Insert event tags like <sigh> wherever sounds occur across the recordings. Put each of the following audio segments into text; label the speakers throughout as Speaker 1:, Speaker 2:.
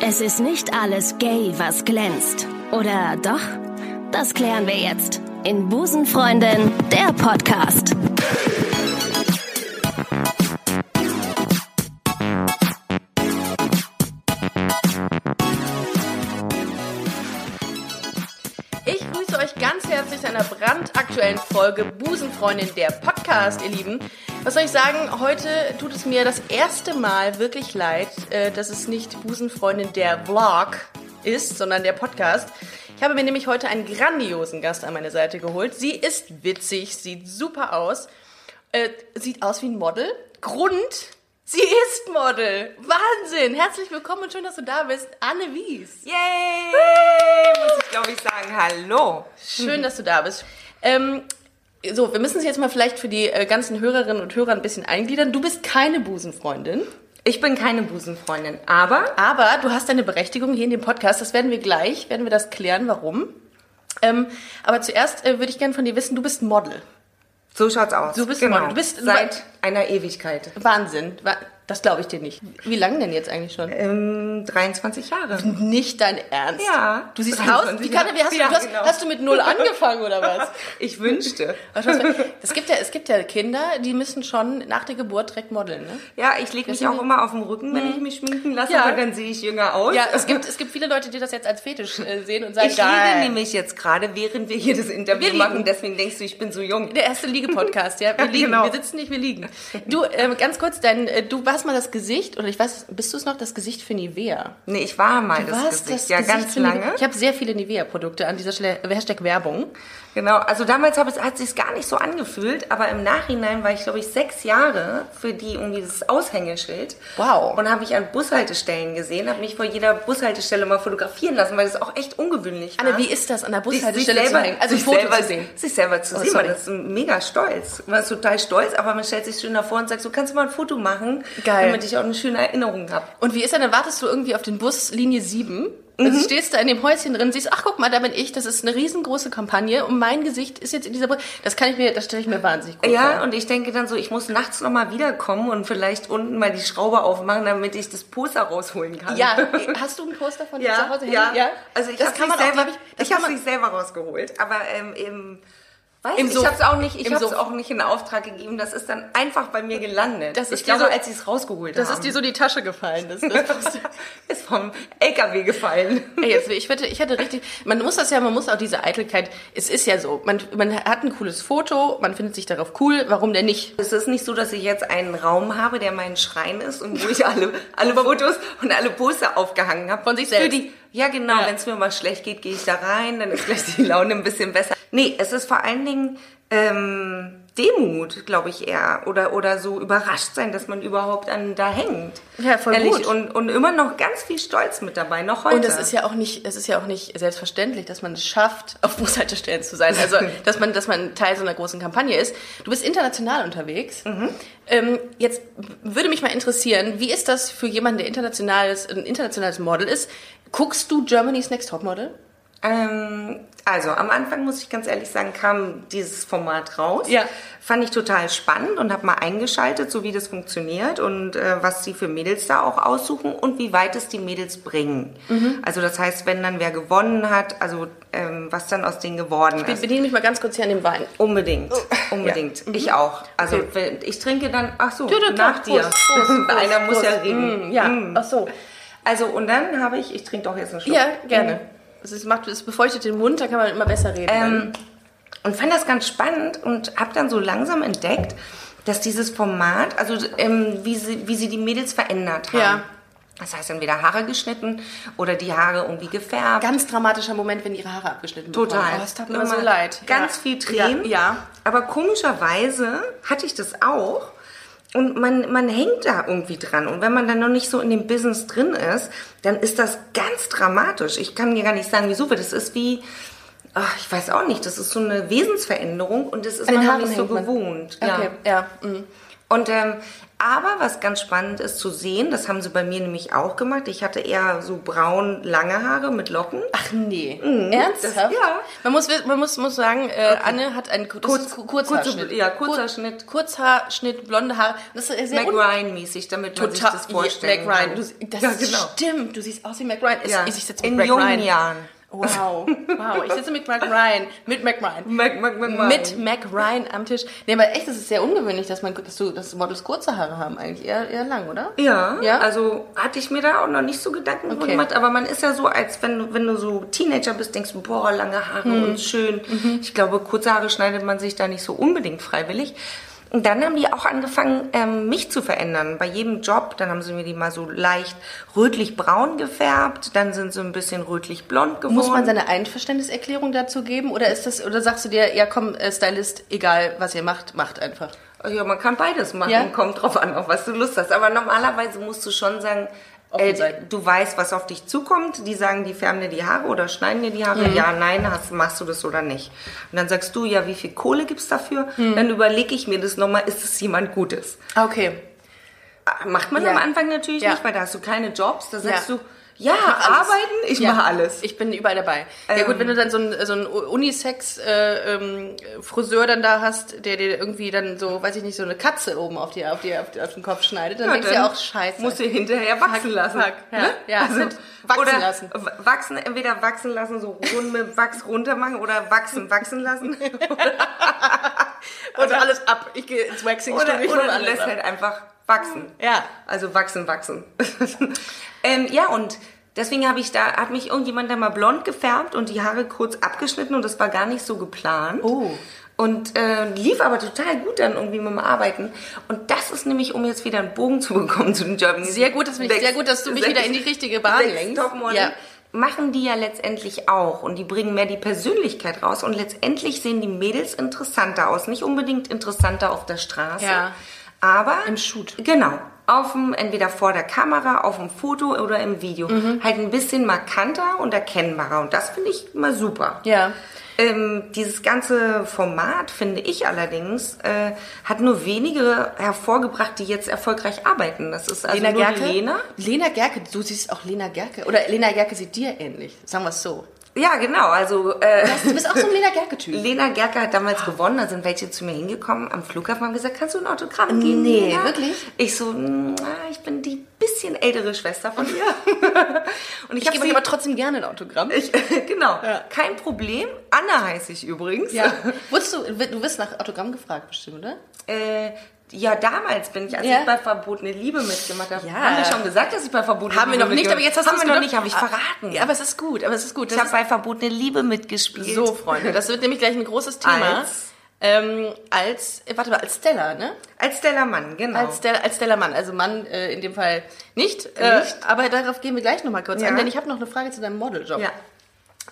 Speaker 1: Es ist nicht alles gay, was glänzt. Oder doch? Das klären wir jetzt in Busenfreundin, der Podcast.
Speaker 2: Ich grüße euch ganz herzlich zu einer brandaktuellen Folge Busenfreundin, der Podcast, ihr Lieben. Was soll ich sagen? Heute tut es mir das erste Mal wirklich leid, äh, dass es nicht Busenfreundin, der Vlog ist, sondern der Podcast. Ich habe mir nämlich heute einen grandiosen Gast an meine Seite geholt. Sie ist witzig, sieht super aus, äh, sieht aus wie ein Model. Grund, sie ist Model. Wahnsinn! Herzlich willkommen und schön, dass du da bist, Anne Wies.
Speaker 3: Yay! Muss ich glaube ich sagen, hallo.
Speaker 2: Schön, dass du da bist. Ähm, so, wir müssen es jetzt mal vielleicht für die äh, ganzen Hörerinnen und Hörer ein bisschen eingliedern. Du bist keine Busenfreundin,
Speaker 3: Ich bin keine Busenfreundin, aber
Speaker 2: aber du hast deine Berechtigung hier in dem Podcast. Das werden wir gleich, werden wir das klären, warum. Ähm, aber zuerst äh, würde ich gerne von dir wissen, du bist Model.
Speaker 3: so schaut's aus. Genau.
Speaker 2: Du bist Model. Du bist-
Speaker 3: seit einer Ewigkeit.
Speaker 2: Wahnsinn. Wa- Das glaube ich dir nicht. Wie lange denn jetzt eigentlich schon?
Speaker 3: Ähm, 23 Jahre.
Speaker 2: <laughs> Nicht dein Ernst.
Speaker 3: Ja.
Speaker 2: Du siehst aus.
Speaker 3: 23
Speaker 2: Wie, kann, wie hast, du,
Speaker 3: Ja,
Speaker 2: du hast,
Speaker 3: genau.
Speaker 2: hast du mit
Speaker 3: <laughs>
Speaker 2: null angefangen oder was?
Speaker 3: Ich wünschte.
Speaker 2: Was- was- Es gibt ja, es gibt ja Kinder, die müssen schon nach der Geburt direkt modeln. Ne?
Speaker 3: Ja, ich lege mich auch immer auf den Rücken, wenn ich mich schminken lasse,
Speaker 2: Mhm. Ja.
Speaker 3: weil dann sehe ich jünger aus.
Speaker 2: Ja, es gibt, es gibt viele Leute, die das jetzt als Fetisch äh, sehen und sagen,
Speaker 3: ich
Speaker 2: geil.
Speaker 3: liege nämlich jetzt gerade, während wir hier das
Speaker 2: Wir
Speaker 3: Interview
Speaker 2: liegen.
Speaker 3: machen, deswegen denkst du, ich bin so jung.
Speaker 2: Der erste Liege-Podcast, ja. Wir
Speaker 3: <laughs> Ja,
Speaker 2: liegen,
Speaker 3: genau.
Speaker 2: wir sitzen nicht, wir liegen. Du, ähm, ganz kurz, dein, äh, du warst mal das Gesicht, oder ich weiß, bist du es noch, das Gesicht für Nivea?
Speaker 3: Nee, ich war mal das
Speaker 2: warst
Speaker 3: Gesicht. ja, ganz
Speaker 2: für Nivea.
Speaker 3: lange.
Speaker 2: Ich habe sehr viele Nivea-Produkte an dieser Stelle, äh, Hashtag Werbung.
Speaker 3: Genau, also damals hab es, hat sich gar nicht so angefühlt, aber im Nachhinein war ich, glaube ich, sechs Jahre für die irgendwie dieses Aushängeschild.
Speaker 2: Wow.
Speaker 3: Und habe ich an Bushaltestellen gesehen, habe mich vor jeder Bushaltestelle mal fotografieren lassen, weil das auch echt ungewöhnlich war.
Speaker 2: Anne, wie ist das an der
Speaker 3: Sich- sich
Speaker 2: Bushaltestelle zu
Speaker 3: selber-
Speaker 2: hängen? Also ein
Speaker 3: sich
Speaker 2: Foto
Speaker 3: selber,
Speaker 2: zu sehen.
Speaker 3: Sich selber zu
Speaker 2: Oh,
Speaker 3: sehen,
Speaker 2: sorry.
Speaker 3: man ist mega stolz. Man ist total stolz, aber man stellt sich schön davor und sagt so, kannst du mal ein Foto machen?
Speaker 2: Geil.
Speaker 3: Damit ich auch eine schöne Erinnerung habe.
Speaker 2: Und wie ist dann, dann wartest du irgendwie auf den Bus Linie 7,
Speaker 3: Mhm.
Speaker 2: also stehst da in dem Häuschen drin, siehst, ach guck mal, da bin ich, das ist eine riesengroße Kampagne und mein Gesicht ist jetzt in dieser Bus. Das kann ich mir, das stelle ich mir wahnsinnig gut vor.
Speaker 3: Ja, und ich denke dann so, ich muss nachts nochmal wiederkommen und vielleicht unten mal die Schraube aufmachen, damit ich das Poster rausholen kann.
Speaker 2: Ja,
Speaker 3: <laughs>
Speaker 2: äh, hast du ein Poster von dir zu
Speaker 3: Ja,
Speaker 2: Hause?
Speaker 3: ja.
Speaker 2: hängen?
Speaker 3: Also ich
Speaker 2: das
Speaker 3: habe
Speaker 2: kann
Speaker 3: es
Speaker 2: man auch,
Speaker 3: selber,
Speaker 2: glaub ich, das
Speaker 3: ich
Speaker 2: kann
Speaker 3: hab's
Speaker 2: man,
Speaker 3: nicht selber rausgeholt, aber ähm, im, weiß
Speaker 2: Im
Speaker 3: ich,
Speaker 2: Sof-
Speaker 3: ich habe es auch nicht, ich
Speaker 2: im
Speaker 3: habe es
Speaker 2: Sof-
Speaker 3: auch nicht in Auftrag gegeben. Das ist dann einfach bei mir gelandet.
Speaker 2: Das ist
Speaker 3: ich
Speaker 2: dir
Speaker 3: glaube,
Speaker 2: so-
Speaker 3: als sie es rausgeholt
Speaker 2: das ist
Speaker 3: haben, <laughs>
Speaker 2: dir so die Tasche gefallen. Das, das Poster.
Speaker 3: ist vom LKW gefallen.
Speaker 2: Ey, jetzt, ich, hätte, ich hätte richtig, man muss das ja, man muss auch diese Eitelkeit, es ist ja so, man, man hat ein cooles Foto, man findet sich darauf cool, warum denn nicht?
Speaker 3: Es ist nicht so, dass ich jetzt einen Raum habe, der mein Schrein ist und wo ich alle, alle Fotos und alle Poster aufgehangen habe.
Speaker 2: Von sich selbst.
Speaker 3: Für die, ja, genau.
Speaker 2: Ja.
Speaker 3: Wenn es mir mal schlecht geht, gehe ich da rein, dann ist vielleicht die Laune ein bisschen besser. Nee, es ist vor allen Dingen ähm, Demut, glaube ich eher. Oder, oder so überrascht sein, dass man überhaupt an da hängt.
Speaker 2: Ja, voll
Speaker 3: Ehrlich.
Speaker 2: gut.
Speaker 3: Und, und immer noch ganz viel Stolz mit dabei, noch heute.
Speaker 2: Und es ist ja auch nicht, es ist ja auch nicht selbstverständlich, dass man es schafft, <laughs> auf Bushaltestellen zu sein.
Speaker 3: <laughs>
Speaker 2: Also, dass man, dass man Teil so einer großen Kampagne ist. Du bist international unterwegs.
Speaker 3: Mhm.
Speaker 2: Ähm, jetzt würde mich mal interessieren, wie ist das für jemanden, der internationales, ein internationales Model ist? Guckst du Germany's Next Topmodel?
Speaker 3: Ähm, Also am Anfang muss ich ganz ehrlich sagen, kam dieses Format raus.
Speaker 2: Ja.
Speaker 3: Fand ich total spannend und habe mal eingeschaltet, so wie das funktioniert und äh, was die für Mädels da auch aussuchen und wie weit es die Mädels bringen.
Speaker 2: Mhm.
Speaker 3: Also das heißt, wenn dann wer gewonnen hat, also ähm, was dann aus denen geworden
Speaker 2: Ich
Speaker 3: ist.
Speaker 2: bediene mich mal ganz kurz hier an dem Wein. Oh,
Speaker 3: Unbedingt, unbedingt.
Speaker 2: Mhm.
Speaker 3: Ich auch. Also wenn- ich trinke dann, ach so,
Speaker 2: Ja, ja, klar.
Speaker 3: nach dir.
Speaker 2: Prost,
Speaker 3: <laughs>
Speaker 2: Prost, Prost,
Speaker 3: Einer muss
Speaker 2: Prost.
Speaker 3: ja reden.
Speaker 2: Mm, ja,
Speaker 3: Mm.
Speaker 2: ach so.
Speaker 3: Also und dann habe ich, ich trinke doch jetzt einen Schluck.
Speaker 2: Ja, gerne. Es, ist, macht, es befeuchtet den Mund, da kann man immer besser reden.
Speaker 3: Mm. Ähm, und fand das ganz spannend und habe dann so langsam entdeckt, dass dieses Format, also ähm, wie, sie, wie sie die Mädels verändert haben.
Speaker 2: Ja.
Speaker 3: Das heißt, entweder Haare geschnitten oder die Haare irgendwie gefärbt.
Speaker 2: ganz dramatischer Moment, wenn ihre Haare abgeschnitten
Speaker 3: Total.
Speaker 2: bekommen. Oh, es tat mir
Speaker 3: Immer
Speaker 2: so leid.
Speaker 3: Ganz
Speaker 2: ja.
Speaker 3: viel Tränen.
Speaker 2: Ja. ja.
Speaker 3: Aber komischerweise hatte ich das auch. Und man, man hängt da irgendwie dran. Und wenn man dann noch nicht so in dem Business drin ist, dann ist das ganz dramatisch. Ich kann dir gar nicht sagen, wieso, weil das ist wie, ach, ich weiß auch nicht, das ist so eine Wesensveränderung und das ist
Speaker 2: An den
Speaker 3: man noch
Speaker 2: Haaren
Speaker 3: nicht so
Speaker 2: hängt man.
Speaker 3: gewohnt.
Speaker 2: Okay, ja. mm.
Speaker 3: Und ähm, aber was ganz spannend ist zu sehen, das haben sie bei mir nämlich auch gemacht. Ich hatte eher so braun lange Haare mit Locken.
Speaker 2: Ach nee. Mm, Ernsthaft?
Speaker 3: das- ja.
Speaker 2: Man muss, man muss, muss sagen, äh, Anne hat einen das
Speaker 3: Kurz-
Speaker 2: ist Ku- Kurzhaarschnitt.
Speaker 3: kurze- ja, kurzer Schnitt.
Speaker 2: Kurzhaarschnitt, blonde Haare. Das ist sehr
Speaker 3: Mac
Speaker 2: un
Speaker 3: Ryan-mäßig, damit man sich das vorstellen
Speaker 2: Mac Ryan.
Speaker 3: kann.
Speaker 2: Du, sie- das
Speaker 3: ja,
Speaker 2: genau.
Speaker 3: genau.
Speaker 2: stimmt. Du siehst aus wie Mac Ryan. Es-
Speaker 3: Ja.
Speaker 2: Ich, ich sitze mit
Speaker 3: In
Speaker 2: Mac
Speaker 3: jungen
Speaker 2: Ryan.
Speaker 3: Jahren.
Speaker 2: Wow, wow. Ich sitze mit Mac Ryan. Mit Mac Ryan.
Speaker 3: Mac, Mac, Mac, Ryan.
Speaker 2: Mit Mac Ryan am Tisch. Nee, aber echt, das ist sehr ungewöhnlich, dass man, dass du, dass Models kurze Haare haben eigentlich. Eher, eher lang, oder?
Speaker 3: Ja,
Speaker 2: Ja?
Speaker 3: also hatte ich mir da auch noch nicht so Gedanken drüber
Speaker 2: Okay.
Speaker 3: gemacht, aber man ist ja so, als wenn, du- wenn du so Teenager bist, denkst du, boah, lange Haare
Speaker 2: Mhm.
Speaker 3: und schön. Ich glaube, kurze Haare schneidet man sich da nicht so unbedingt freiwillig. Und dann haben die auch angefangen, ähm, mich zu verändern. Bei jedem Job, dann haben sie mir die mal so leicht rötlich-braun gefärbt, dann sind sie ein bisschen rötlich-blond geworden.
Speaker 2: Muss man seine Einverständniserklärung dazu geben oder ist das oder sagst du dir, ja komm, äh, Stylist, egal was ihr macht, macht einfach.
Speaker 3: Ja, man kann beides machen.
Speaker 2: Ja?
Speaker 3: Kommt drauf an, auf was du Lust hast. Aber normalerweise musst du schon sagen,
Speaker 2: Offen
Speaker 3: äh,
Speaker 2: sein.
Speaker 3: du weißt, was auf dich zukommt. Die sagen, die färben dir die Haare oder schneiden dir die
Speaker 2: Mhm.
Speaker 3: Haare. Ja, nein, hast, machst du das oder nicht. Und dann sagst du, ja, wie viel Kohle gibt's dafür?
Speaker 2: Mhm.
Speaker 3: Dann überlege ich mir das nochmal, ist es jemand Gutes?
Speaker 2: Ah, Okay.
Speaker 3: Ah, Macht man
Speaker 2: Ja.
Speaker 3: am Anfang natürlich
Speaker 2: Ja.
Speaker 3: nicht, weil da hast du keine Jobs. Da sagst
Speaker 2: Ja.
Speaker 3: du, ja, arbeiten, ich
Speaker 2: Ja,
Speaker 3: mache alles.
Speaker 2: Ich bin überall dabei. ja
Speaker 3: Ähm.
Speaker 2: gut, wenn du dann so einen, so einen Unisex-Friseur dann da hast, der dir irgendwie dann so, weiß ich nicht, so eine Katze oben auf, die, auf, die, auf, die, auf den Kopf schneidet, dann denkst du ja auch scheiße.
Speaker 3: Musst du hinterher wachsen lassen.
Speaker 2: fuck, ja,
Speaker 3: ne?
Speaker 2: ja, mit wachsen
Speaker 3: oder
Speaker 2: lassen.
Speaker 3: w- Wachsen, entweder wachsen lassen, so rund mit Wachs runter machen oder wachsen, wachsen lassen.
Speaker 2: also alles ab. Ich gehe ins Waxing,
Speaker 3: Oder,
Speaker 2: stimme ich
Speaker 3: oder
Speaker 2: von
Speaker 3: du lässt
Speaker 2: alles ab.
Speaker 3: halt einfach wachsen.
Speaker 2: Ja.
Speaker 3: Also wachsen, wachsen. <laughs> ähm, ja, und deswegen habe ich da, hat mich irgendjemand da mal blond gefärbt und die Haare kurz abgeschnitten und das war gar nicht so geplant.
Speaker 2: Oh.
Speaker 3: Und äh, lief aber total gut dann irgendwie mit dem Arbeiten. Und das ist nämlich, um jetzt wieder einen Bogen zu bekommen zu den German
Speaker 2: Sehr gut, dass mich- sehr gut, dass du mich wieder in die richtige Bahn
Speaker 3: sechs
Speaker 2: lenkst.
Speaker 3: Topmodel
Speaker 2: Ja.
Speaker 3: Machen die ja letztendlich auch und die bringen mehr die Persönlichkeit raus und letztendlich sehen die Mädels interessanter aus. Nicht unbedingt interessanter auf der Straße,
Speaker 2: Ja.
Speaker 3: aber
Speaker 2: Im Shoot.
Speaker 3: Genau. Auf dem, entweder vor der Kamera, auf dem Foto oder im Video.
Speaker 2: Mhm.
Speaker 3: Halt ein bisschen markanter und erkennbarer. Und das finde ich immer super.
Speaker 2: Ja.
Speaker 3: Ähm, dieses ganze Format, finde ich allerdings, äh, hat nur wenige hervorgebracht, die jetzt erfolgreich arbeiten. Das ist also
Speaker 2: Lena
Speaker 3: nur
Speaker 2: Gerke?
Speaker 3: die Lena.
Speaker 2: Lena Gerke, du siehst auch Lena Gerke. Oder Lena Gerke sieht dir ähnlich, sagen wir es so.
Speaker 3: Ja, genau.
Speaker 2: <laughs>
Speaker 3: Also äh,
Speaker 2: Du bist auch so ein Lena <laughs> Gerke-Typ.
Speaker 3: Lena Gerke hat damals gewonnen, da sind welche zu mir hingekommen am Flughafen und haben gesagt, kannst du ein Autogramm geben?
Speaker 2: Nee,
Speaker 3: Lena?
Speaker 2: wirklich?
Speaker 3: Ich so, "Mm, ah, ich bin die bisschen ältere Schwester
Speaker 2: <laughs>
Speaker 3: von ihr. und ich,
Speaker 2: Ich
Speaker 3: hab
Speaker 2: gebe
Speaker 3: sie-
Speaker 2: euch aber trotzdem gerne ein Autogramm.
Speaker 3: <laughs> ich, <laughs> genau, kein Problem. Anna heiße ich übrigens.
Speaker 2: ja. Wurdest du, du wirst nach Autogramm gefragt bestimmt, oder?
Speaker 3: <laughs> Äh, ja, damals bin ich, als
Speaker 2: Ja.
Speaker 3: ich bei Verbotene Liebe mitgemacht habe.
Speaker 2: Ja.
Speaker 3: Haben wir schon gesagt, dass ich bei Verbotene
Speaker 2: Haben wir noch
Speaker 3: Liebe
Speaker 2: nicht,
Speaker 3: mitgemacht
Speaker 2: aber jetzt hast
Speaker 3: Haben
Speaker 2: du's
Speaker 3: wir noch
Speaker 2: gedacht.
Speaker 3: nicht, habe ich verraten.
Speaker 2: Ja, aber es ist gut, aber es ist gut.
Speaker 3: ich
Speaker 2: Das
Speaker 3: habe bei Verbotene Liebe mitgespielt.
Speaker 2: ist so, Freunde, das wird nämlich gleich ein großes Thema.
Speaker 3: Als?
Speaker 2: Ähm, als, äh, warte mal, als Stella, ne?
Speaker 3: Als Stella Mann, genau.
Speaker 2: Als Stella, als Stella Mann, also Mann äh, in dem Fall nicht. Äh, aber darauf gehen wir gleich nochmal kurz
Speaker 3: Ja.
Speaker 2: ein, denn ich habe noch eine Frage zu deinem Modeljob.
Speaker 3: ja.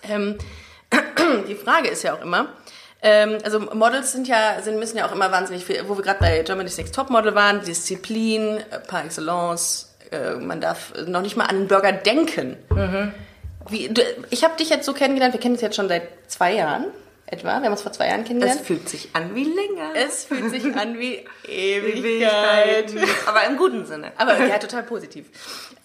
Speaker 2: Ähm, <clears throat> die Frage ist ja auch immer, ähm, also Models sind ja, sind, müssen ja auch immer wahnsinnig viel, wo wir gerade bei Germany's Next Topmodel waren, Disziplin, äh, par excellence, äh, man darf noch nicht mal an einen Burger Mhm. denken. Wie, du, ich habe dich jetzt so kennengelernt, wir kennen uns jetzt schon seit zwei Jahren. etwa. Wir haben uns vor zwei Jahren
Speaker 3: Das
Speaker 2: kennengelernt.
Speaker 3: fühlt sich an wie länger.
Speaker 2: Es fühlt sich an wie Ewigkeit.
Speaker 3: Ewigkeiten. <laughs> Aber im guten Sinne.
Speaker 2: <laughs> Aber ja, total positiv.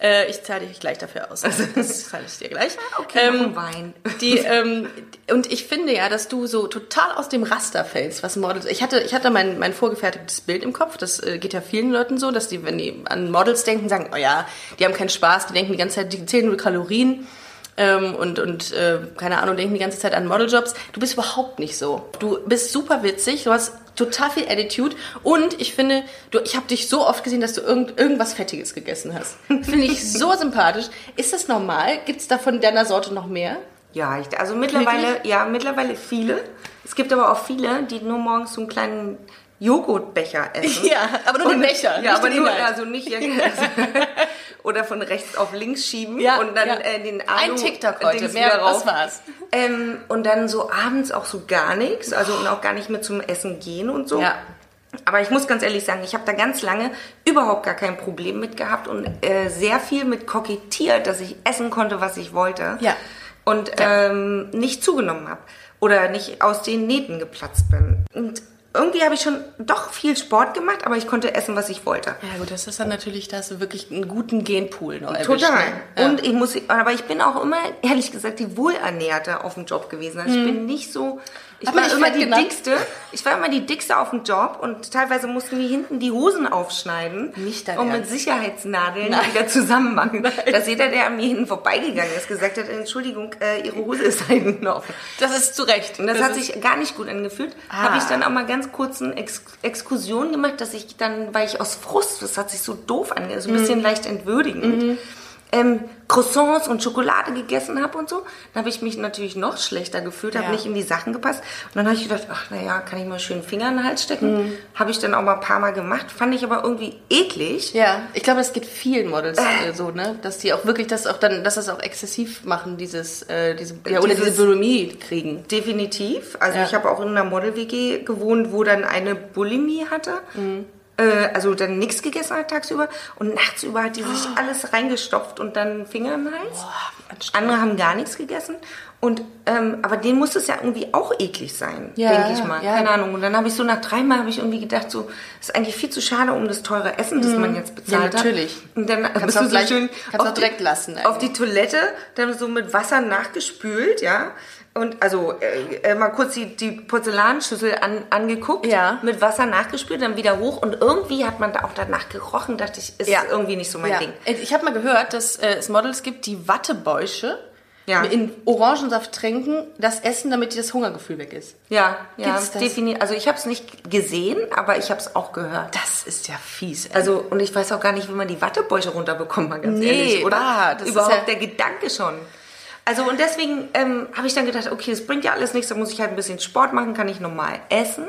Speaker 2: Äh, ich zahle dich gleich dafür <laughs> aus. Das zahle ich dir gleich.
Speaker 3: okay, noch
Speaker 2: ähm,
Speaker 3: ein Wein.
Speaker 2: die, ähm, und ich finde ja, dass du so total aus dem Raster fällst, was Models. Ich hatte, ich hatte mein, mein vorgefertigtes Bild im Kopf. Das äh, geht ja vielen Leuten so, dass die, wenn die an Models denken, sagen, oh ja, die haben keinen Spaß, die denken die ganze Zeit, die zählen nur Kalorien. Ähm, und und äh, keine Ahnung, denken die ganze Zeit an Modeljobs. Du bist überhaupt nicht so. Du bist super witzig, du hast total viel Attitude und ich finde, du, ich habe dich so oft gesehen, dass du irgend, irgendwas Fettiges gegessen hast. Finde ich so sympathisch. Ist das normal? Gibt es da von deiner Sorte noch mehr?
Speaker 3: <laughs> Ja, ich, also mittlerweile,
Speaker 2: Wirklich?
Speaker 3: ja, mittlerweile viele. Es gibt aber auch viele, die nur morgens so einen kleinen Joghurtbecher essen.
Speaker 2: <laughs> ne? Ja, aber nur den Becher,
Speaker 3: Ja,
Speaker 2: nicht
Speaker 3: aber
Speaker 2: den
Speaker 3: nur,
Speaker 2: Inhalt.
Speaker 3: also nicht
Speaker 2: <laughs>
Speaker 3: <laughs> oder von rechts auf links schieben
Speaker 2: Ja,
Speaker 3: und dann
Speaker 2: ja.
Speaker 3: äh, den Alu
Speaker 2: Ein TikTok heute,
Speaker 3: Dings
Speaker 2: mehr,
Speaker 3: wieder rauf.
Speaker 2: das war's.
Speaker 3: Ähm, und dann so abends auch so gar nichts, also und auch gar nicht mehr zum Essen gehen und so.
Speaker 2: Ja.
Speaker 3: Aber ich muss ganz ehrlich sagen, ich habe da ganz lange überhaupt gar kein Problem mit gehabt und äh, sehr viel mit kokettiert, dass ich essen konnte, was ich wollte.
Speaker 2: Ja.
Speaker 3: Und Ähm, nicht zugenommen habe oder nicht aus den Nähten geplatzt bin. Und irgendwie habe ich schon doch viel Sport gemacht, aber ich konnte essen, was ich wollte.
Speaker 2: Ja gut, das ist dann natürlich, da hast du wirklich einen guten Genpool noch erwischt,
Speaker 3: Total.
Speaker 2: ne? Ja.
Speaker 3: Und ich muss, aber ich bin auch immer, ehrlich gesagt, die wohlernährte auf dem Job gewesen. Also ich bin nicht so, ich
Speaker 2: Mhm. Hat man
Speaker 3: war
Speaker 2: dich
Speaker 3: immer
Speaker 2: fett
Speaker 3: die
Speaker 2: genannt?
Speaker 3: dickste. Ich war immer die dickste auf dem Job und teilweise mussten wir hinten die Hosen aufschneiden
Speaker 2: Nicht dein
Speaker 3: und mit
Speaker 2: Ernst.
Speaker 3: Sicherheitsnadeln wieder zusammen machen. Dass jeder, der an mir hinten vorbeigegangen ist, gesagt hat, Entschuldigung, äh, ihre Hose ist <laughs> da hinten offen.
Speaker 2: das ist zu Recht.
Speaker 3: Und das, hat
Speaker 2: ist-
Speaker 3: sich gar nicht gut angefühlt.
Speaker 2: Ah.
Speaker 3: Habe ich dann auch mal ganz kurz eine Ex Exkursion gemacht, dass ich dann, weil ich aus Frust, das hat sich so doof angehört,
Speaker 2: Mhm.
Speaker 3: so ein bisschen leicht entwürdigend, ähm, Croissants und Schokolade gegessen habe und so. Dann habe ich mich natürlich noch schlechter gefühlt, habe
Speaker 2: Ja.
Speaker 3: nicht in die Sachen gepasst. Und dann habe ich gedacht, ach naja, kann ich mal schön den Finger in den Hals stecken.
Speaker 2: Mhm.
Speaker 3: Habe ich dann auch mal ein paar Mal gemacht, fand ich aber irgendwie eklig.
Speaker 2: Ja, ich glaube, das geht vielen Models äh, so, ne? Dass die auch wirklich das auch dann, dass das auch exzessiv machen, dieses, äh, diese, ja, oder diese
Speaker 3: Dieses-
Speaker 2: Bulimie kriegen.
Speaker 3: Definitiv. Also
Speaker 2: Ja.
Speaker 3: ich habe auch in einer Model-WG gewohnt, wo dann eine Bulimie hatte.
Speaker 2: Mhm.
Speaker 3: Äh, also dann nichts gegessen hat tagsüber. Und nachts über hat die sich
Speaker 2: Oh.
Speaker 3: alles reingestopft und dann Finger im Hals. Andere haben gar nichts gegessen. Und, ähm, aber denen muss es ja irgendwie auch eklig sein,
Speaker 2: Ja,
Speaker 3: denke ich mal.
Speaker 2: ja.
Speaker 3: Keine Ahnung. Und dann habe ich so nach dreimal habe ich irgendwie gedacht, so ist eigentlich viel zu schade um das teure Essen, das man jetzt bezahlt hat.
Speaker 2: Mhm. natürlich.
Speaker 3: Und dann
Speaker 2: du
Speaker 3: bist du
Speaker 2: auch
Speaker 3: so
Speaker 2: gleich-
Speaker 3: schön
Speaker 2: kannst du
Speaker 3: auf
Speaker 2: auch
Speaker 3: die-
Speaker 2: direkt lassen
Speaker 3: Auf die Toilette, dann so mit Wasser nachgespült, ja. Und also äh, äh, mal kurz die, die Porzellanschüssel an, angeguckt,
Speaker 2: Ja.
Speaker 3: mit Wasser nachgespült, dann wieder hoch und irgendwie hat man da auch danach gerochen, dachte ich, ist
Speaker 2: Ja.
Speaker 3: irgendwie nicht so mein
Speaker 2: ja.
Speaker 3: Ding.
Speaker 2: Äh, Ich habe mal gehört, dass äh, es Models gibt, die Wattebäusche
Speaker 3: Ja.
Speaker 2: in Orangensaft tränken, das essen, damit das Hungergefühl weg ist.
Speaker 3: Ja, ja,
Speaker 2: Gibt's das?
Speaker 3: definitiv. Also ich habe es nicht gesehen, aber ich habe es auch gehört.
Speaker 2: Das ist ja fies. Ey.
Speaker 3: Also und ich weiß auch gar nicht, wie man die Wattebäusche runterbekommt, mal ganz
Speaker 2: Nee,
Speaker 3: ehrlich, oder?
Speaker 2: wahr, das ist
Speaker 3: Überhaupt
Speaker 2: ja-
Speaker 3: der Gedanke schon. Also und deswegen ähm, habe ich dann gedacht, okay, das bringt ja alles nichts, da muss ich halt ein bisschen Sport machen, kann ich normal essen.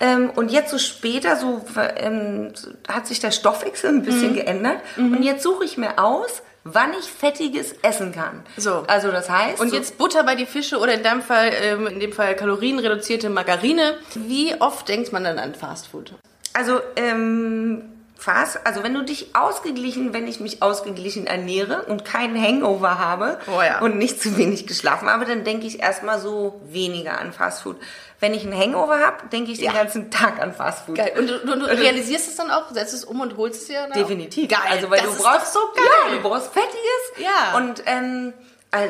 Speaker 3: Ähm, und jetzt so später, so ähm, hat sich der Stoffwechsel ein bisschen
Speaker 2: Mhm.
Speaker 3: geändert und jetzt suche ich mir aus, wann ich fettiges essen kann.
Speaker 2: So.
Speaker 3: Also das heißt.
Speaker 2: Und
Speaker 3: so-
Speaker 2: jetzt Butter bei die Fische oder in deinem Fall, ähm, in dem Fall kalorienreduzierte Margarine. Wie oft denkt man dann an Fastfood?
Speaker 3: Also, ähm, Fast, also wenn du dich ausgeglichen, wenn ich mich ausgeglichen ernähre und keinen Hangover habe
Speaker 2: Oh ja.
Speaker 3: und nicht zu wenig geschlafen habe, dann denke ich erstmal so weniger an Fastfood. Wenn ich einen Hangover habe, denke ich den ganzen Tag an Fastfood.
Speaker 2: Geil. Und du, du, du realisierst es dann auch, setzt es um und holst es dir dann auch?
Speaker 3: Definitiv.
Speaker 2: Geil.
Speaker 3: Also weil
Speaker 2: das
Speaker 3: du
Speaker 2: ist
Speaker 3: brauchst
Speaker 2: doch so geil.
Speaker 3: Ja, du brauchst fettiges.
Speaker 2: Ja.
Speaker 3: Und ähm, äh,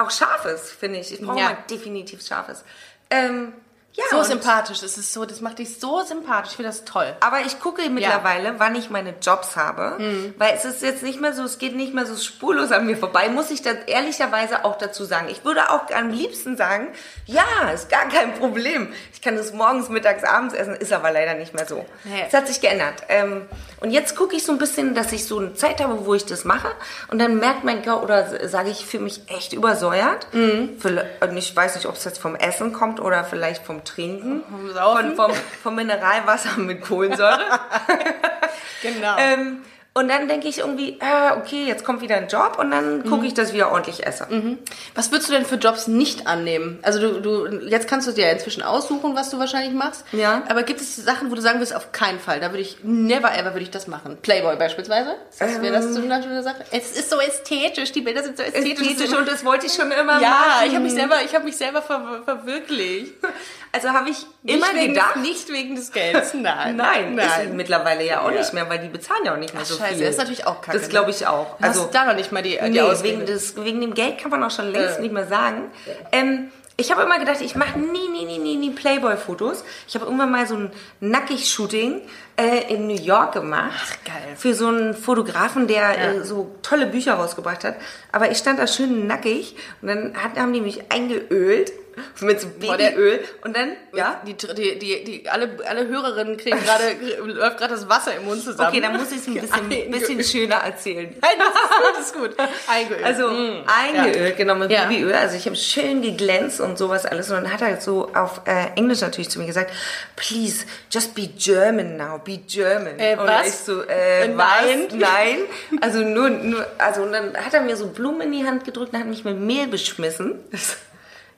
Speaker 3: auch scharfes finde ich. Ich brauche
Speaker 2: Ja.
Speaker 3: mal definitiv scharfes. Ähm, ja.
Speaker 2: so
Speaker 3: und-
Speaker 2: sympathisch. Es ist so, das macht dich so sympathisch. Ich finde das toll.
Speaker 3: Aber ich gucke mittlerweile, wann ich meine Jobs habe,
Speaker 2: Hm.
Speaker 3: weil es ist jetzt nicht mehr so, es geht nicht mehr so spurlos an mir vorbei, muss ich das ehrlicherweise auch dazu sagen. Ich würde auch am liebsten sagen, ja, ist gar kein Problem. Ich kann das morgens, mittags, abends essen, ist aber leider nicht mehr so.
Speaker 2: Nee.
Speaker 3: Es hat sich geändert. Ähm, und jetzt gucke ich so ein bisschen, dass ich so eine Zeit habe, wo ich das mache und dann merkt mein Körper, oder sage ich, fühle mich echt übersäuert.
Speaker 2: Mhm.
Speaker 3: Vielleicht- Und ich weiß nicht, ob es jetzt vom Essen kommt oder vielleicht vom Trinken.
Speaker 2: Vom Saufen?
Speaker 3: Von, vom, vom Mineralwasser mit Kohlensäure.
Speaker 2: Genau.
Speaker 3: ähm, Und dann denke ich irgendwie, äh, okay, jetzt kommt wieder ein Job und dann gucke
Speaker 2: Mhm.
Speaker 3: ich, dass ich wieder ordentlich esse.
Speaker 2: Was würdest du denn für Jobs nicht annehmen? Also du, du, jetzt kannst du dir ja inzwischen aussuchen, was du wahrscheinlich machst.
Speaker 3: Ja.
Speaker 2: Aber gibt es Sachen, wo du sagen wirst, auf keinen Fall, da würde ich, never ever würde ich das machen. Playboy beispielsweise. Das wäre das
Speaker 3: Ähm.
Speaker 2: zum Beispiel eine Sache. Es ist so ästhetisch, die Bilder sind so ästhetisch.
Speaker 3: Ästhetisch und das wollte ich schon immer
Speaker 2: ja,
Speaker 3: machen.
Speaker 2: ich habe mich selber, ich habe mich selber ver verwirklicht.
Speaker 3: Also habe ich
Speaker 2: Nicht
Speaker 3: immer
Speaker 2: wegen des-
Speaker 3: gedacht,
Speaker 2: nicht wegen des
Speaker 3: <laughs>
Speaker 2: Geldes, nein.
Speaker 3: Nein, ist
Speaker 2: nein.
Speaker 3: mittlerweile ja auch nicht mehr, weil die bezahlen ja auch nicht mehr so
Speaker 2: Scheiße,
Speaker 3: viel.
Speaker 2: das ist natürlich auch kacke.
Speaker 3: Das glaube ich auch.
Speaker 2: Also hast du da noch nicht mal die, die
Speaker 3: nee,
Speaker 2: Ausrede.
Speaker 3: wegen, des, wegen dem Geld kann man auch schon längst
Speaker 2: Äh. Ja.
Speaker 3: nicht mehr sagen. Ähm, ich habe immer gedacht, ich mache nie, nie, nie, nie, nie Playboy-Fotos. Ich habe irgendwann mal so ein Nackig-Shooting äh, in New York gemacht.
Speaker 2: Ach, geil.
Speaker 3: Für so einen Fotografen, der äh, so tolle Bücher rausgebracht hat. Aber ich stand da schön nackig und dann hat, haben die mich eingeölt <laughs> mit so
Speaker 2: Boah, der-
Speaker 3: Babyöl. Und dann, ja,
Speaker 2: Ja? Die, die, die, die, alle, alle Hörerinnen kriegen <laughs> gerade, läuft gerade das Wasser im Mund zusammen.
Speaker 3: Okay, dann muss ich es
Speaker 2: <laughs>
Speaker 3: ein bisschen,
Speaker 2: Eingeölt.
Speaker 3: bisschen schöner erzählen.
Speaker 2: Nein, das ist gut, das ist gut. Eingeölt.
Speaker 3: Also eingeölt, genau, mit
Speaker 2: Mm. Ja.
Speaker 3: Babyöl. Also ich habe schön geglänzt und sowas alles. Und dann hat er so auf äh, Englisch natürlich zu mir gesagt, please, just be German now, be German.
Speaker 2: Äh,
Speaker 3: und
Speaker 2: was?
Speaker 3: ich so, äh,
Speaker 2: Äh,
Speaker 3: nein,
Speaker 2: was?
Speaker 3: <laughs> nein. Also nur, nur, also und dann hat er mir so Blumen in die Hand gedrückt und hat mich mit Mehl beschmissen. <laughs>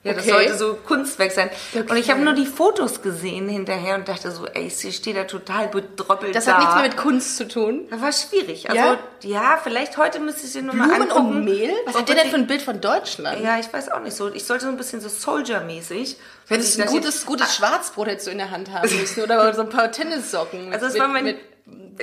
Speaker 3: Ja, das
Speaker 2: Okay.
Speaker 3: sollte so Kunstwerk sein. Und ich habe nur die Fotos gesehen hinterher und dachte so, ey, ich stehe da total bedroppelt
Speaker 2: das
Speaker 3: da.
Speaker 2: hat nichts mehr mit Kunst zu tun.
Speaker 3: Das war schwierig. Also,
Speaker 2: Ja?
Speaker 3: ja, vielleicht heute müsste ich den nochmal
Speaker 2: Blumen
Speaker 3: angucken.
Speaker 2: und Mehl? Was
Speaker 3: Ob
Speaker 2: hat der
Speaker 3: ich-
Speaker 2: denn für ein Bild von Deutschland?
Speaker 3: Ja, ich weiß auch nicht so. Ich sollte so ein bisschen so Soldier-mäßig.
Speaker 2: Wenn es
Speaker 3: Ich
Speaker 2: ein
Speaker 3: dachte-
Speaker 2: gutes, gutes Schwarzbrot hättest du in der Hand haben müssen oder so ein paar Tennissocken. Mit,
Speaker 3: Also, das
Speaker 2: mit,
Speaker 3: war mein.
Speaker 2: Mit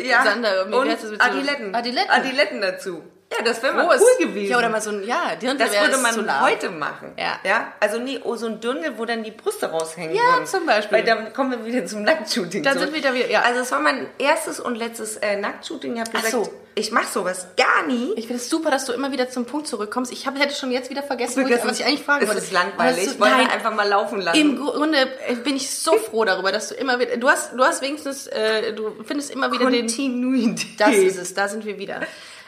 Speaker 3: ja,
Speaker 2: Sander, mit-
Speaker 3: und
Speaker 2: wie heißt das mit so-
Speaker 3: Adiletten.
Speaker 2: Adiletten.
Speaker 3: Adiletten dazu. Ja, das wäre mal
Speaker 2: Groß.
Speaker 3: cool gewesen.
Speaker 2: Ja, oder mal so ein, ja, Dirndl
Speaker 3: das
Speaker 2: wäre
Speaker 3: würde man
Speaker 2: Solar.
Speaker 3: heute machen.
Speaker 2: Ja.
Speaker 3: ja. Also, nee, oh, so ein Dirndl, wo dann die Brüste raushängen.
Speaker 2: Ja,
Speaker 3: würden.
Speaker 2: zum Beispiel.
Speaker 3: Weil dann kommen wir wieder zum Nacktshooting.
Speaker 2: Dann
Speaker 3: so.
Speaker 2: sind wir da wieder- ja.
Speaker 3: Also, es war mein erstes und letztes äh, Nacktshooting. Ich habe
Speaker 2: Ach
Speaker 3: gesagt,
Speaker 2: so.
Speaker 3: ich mache sowas gar nie.
Speaker 2: Ich finde es super, dass du immer wieder zum Punkt zurückkommst. Ich hab, hätte schon jetzt wieder vergessen, wo ich,
Speaker 3: Vergessen.
Speaker 2: was ich eigentlich fragen
Speaker 3: Es
Speaker 2: wollte.
Speaker 3: ist langweilig.
Speaker 2: Aber das ist-
Speaker 3: Ich wollte
Speaker 2: nein,
Speaker 3: einfach mal laufen lassen.
Speaker 2: Im Grunde äh, bin ich so froh darüber, dass du immer wieder. Du hast, du hast wenigstens, äh, du findest immer wieder den.
Speaker 3: Kontinuität.
Speaker 2: Das ist es, da sind wir wieder.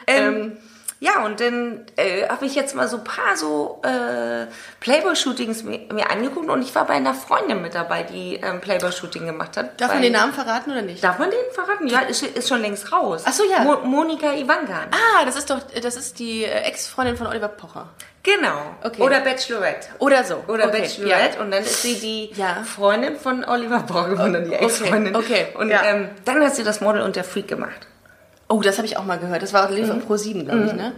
Speaker 3: Ähm, ja, und dann äh, habe ich jetzt mal so ein paar so äh, Playboy-Shootings mir, mir angeguckt und ich war bei einer Freundin mit dabei, die ähm, Playboy-Shooting gemacht hat.
Speaker 2: Darf man
Speaker 3: Bei-
Speaker 2: den Namen verraten oder nicht?
Speaker 3: Darf man den verraten? Ja, ist, ist schon längst raus.
Speaker 2: Ach so, ja.
Speaker 3: Mo Monika Ivangan.
Speaker 2: Ah, das ist doch, das ist die äh, Ex-Freundin von Oliver Pocher.
Speaker 3: Genau.
Speaker 2: Okay.
Speaker 3: Oder Bachelorette.
Speaker 2: Oder so.
Speaker 3: Oder
Speaker 2: Okay,
Speaker 3: Bachelorette
Speaker 2: ja.
Speaker 3: und dann ist sie die
Speaker 2: Ja.
Speaker 3: Freundin von Oliver Borg <laughs> und dann die
Speaker 2: Okay,
Speaker 3: Ex-Freundin.
Speaker 2: okay,
Speaker 3: Und
Speaker 2: ja.
Speaker 3: ähm, dann hat sie das Model und der Freak gemacht.
Speaker 2: Oh, das habe ich auch mal gehört. Das war Oliver Pro 7, glaube ich, ne?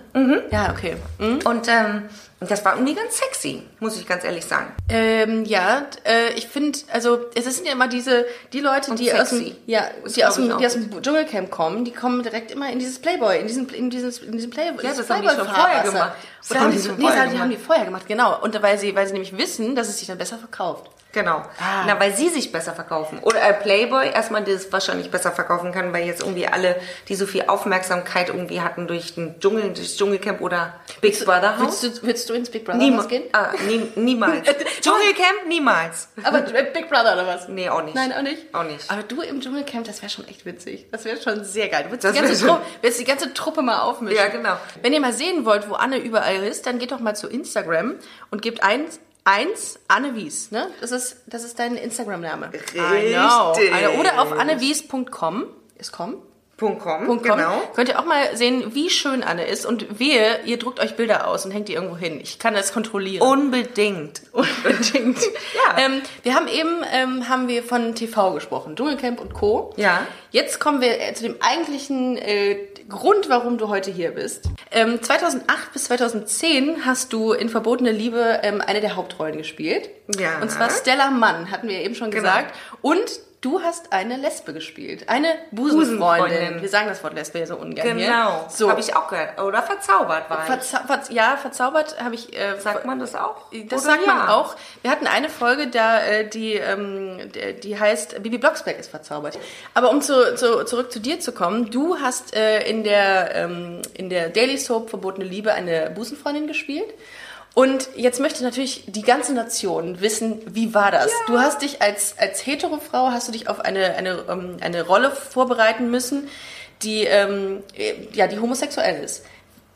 Speaker 2: Ja, okay. Mhm.
Speaker 3: Und ähm, das war irgendwie ganz sexy, muss ich ganz ehrlich sagen.
Speaker 2: Ähm, ja, d- äh, ich finde, also es sind ja immer diese die Leute,
Speaker 3: Und
Speaker 2: die aus dem,
Speaker 3: sexy.
Speaker 2: ja,
Speaker 3: Das
Speaker 2: die aus,
Speaker 3: glaub ich
Speaker 2: dem,
Speaker 3: auch.
Speaker 2: die aus dem Dschungelcamp kommen, die kommen direkt immer in dieses Playboy, in diesen in dieses in diesen Playboy.
Speaker 3: Ja,
Speaker 2: dieses
Speaker 3: das haben die schon
Speaker 2: Playboy-Fahrwasser.
Speaker 3: vorher gemacht. Das
Speaker 2: Oder
Speaker 3: haben
Speaker 2: haben
Speaker 3: die
Speaker 2: die,
Speaker 3: schon
Speaker 2: nee, das
Speaker 3: vorher
Speaker 2: haben die vorher gemacht, genau. Und weil sie weil sie nämlich wissen, dass es sich dann besser verkauft.
Speaker 3: Genau.
Speaker 2: Ah.
Speaker 3: Na, weil sie sich besser verkaufen. Oder äh, Playboy erstmal das wahrscheinlich besser verkaufen kann, weil jetzt irgendwie alle, die so viel Aufmerksamkeit irgendwie hatten durch den Dschungel, durch das Dschungelcamp oder Big Brother
Speaker 2: Willst
Speaker 3: House.
Speaker 2: du, willst du ins Big Brother House
Speaker 3: Niemals.
Speaker 2: gehen?
Speaker 3: Ah, nie,
Speaker 2: <laughs>
Speaker 3: niemals. Dschungelcamp niemals.
Speaker 2: Aber du- äh, Big Brother oder was?
Speaker 3: Nee, auch nicht.
Speaker 2: Nein, auch nicht.
Speaker 3: Auch nicht.
Speaker 2: Aber du im Dschungelcamp, das wäre schon echt witzig. Das wäre schon sehr geil. Du würdest
Speaker 3: Das
Speaker 2: die, ganze
Speaker 3: wär schon-
Speaker 2: Truppe, würdest die ganze Truppe mal aufmischen.
Speaker 3: Ja, genau.
Speaker 2: Wenn ihr mal sehen wollt, wo Anne überall ist, dann geht doch mal zu Instagram und gebt eins, eins Anne Wies. Ne? Das, ist, das ist dein Instagram-Name. I know.
Speaker 3: Richtig.
Speaker 2: Anne- Oder auf annewies.com. Ist com?
Speaker 3: Punkt com,
Speaker 2: Punkt com.
Speaker 3: genau.
Speaker 2: Könnt ihr auch mal sehen, wie schön Anne ist und wehe, ihr druckt euch Bilder aus und hängt die irgendwo hin. Ich kann das kontrollieren.
Speaker 3: Unbedingt.
Speaker 2: Unbedingt.
Speaker 3: <laughs> Ja.
Speaker 2: Ähm, wir haben eben ähm, haben wir von TV gesprochen, Dschungelcamp und Co.
Speaker 3: Ja.
Speaker 2: Jetzt kommen wir äh, zu dem eigentlichen äh, Grund, warum du heute hier bist. Ähm, 2008 bis 2010 hast du in Verbotene Liebe ähm, eine der Hauptrollen gespielt.
Speaker 3: Ja. Genau.
Speaker 2: Und zwar Stella Mann, hatten wir eben schon gesagt. Und du hast eine Lesbe gespielt. Eine Busenfreundin.
Speaker 3: Busenfreundin.
Speaker 2: Wir sagen das Wort Lesbe ja so ungern hier.
Speaker 3: Genau.
Speaker 2: So.
Speaker 3: Habe ich auch gehört. Oder verzaubert war ich.
Speaker 2: Verza verz ja, verzaubert habe ich... Äh,
Speaker 3: Sagt man das auch?
Speaker 2: das
Speaker 3: Oder
Speaker 2: sagt
Speaker 3: ja?
Speaker 2: man auch. Wir hatten eine Folge, da äh, die, ähm, d- die heißt Bibi Blocksberg ist verzaubert. Aber um zu, zu, zurück zu dir zu kommen, du hast äh, in, der, ähm, in der Daily Soap Verbotene Liebe eine Busenfreundin gespielt. Und jetzt möchte natürlich die ganze Nation wissen, wie war das? Du hast dich als, als hetero Frau, hast du dich auf eine, eine, ähm, eine Rolle vorbereiten müssen, die, ähm, äh, ja, die homosexuell ist.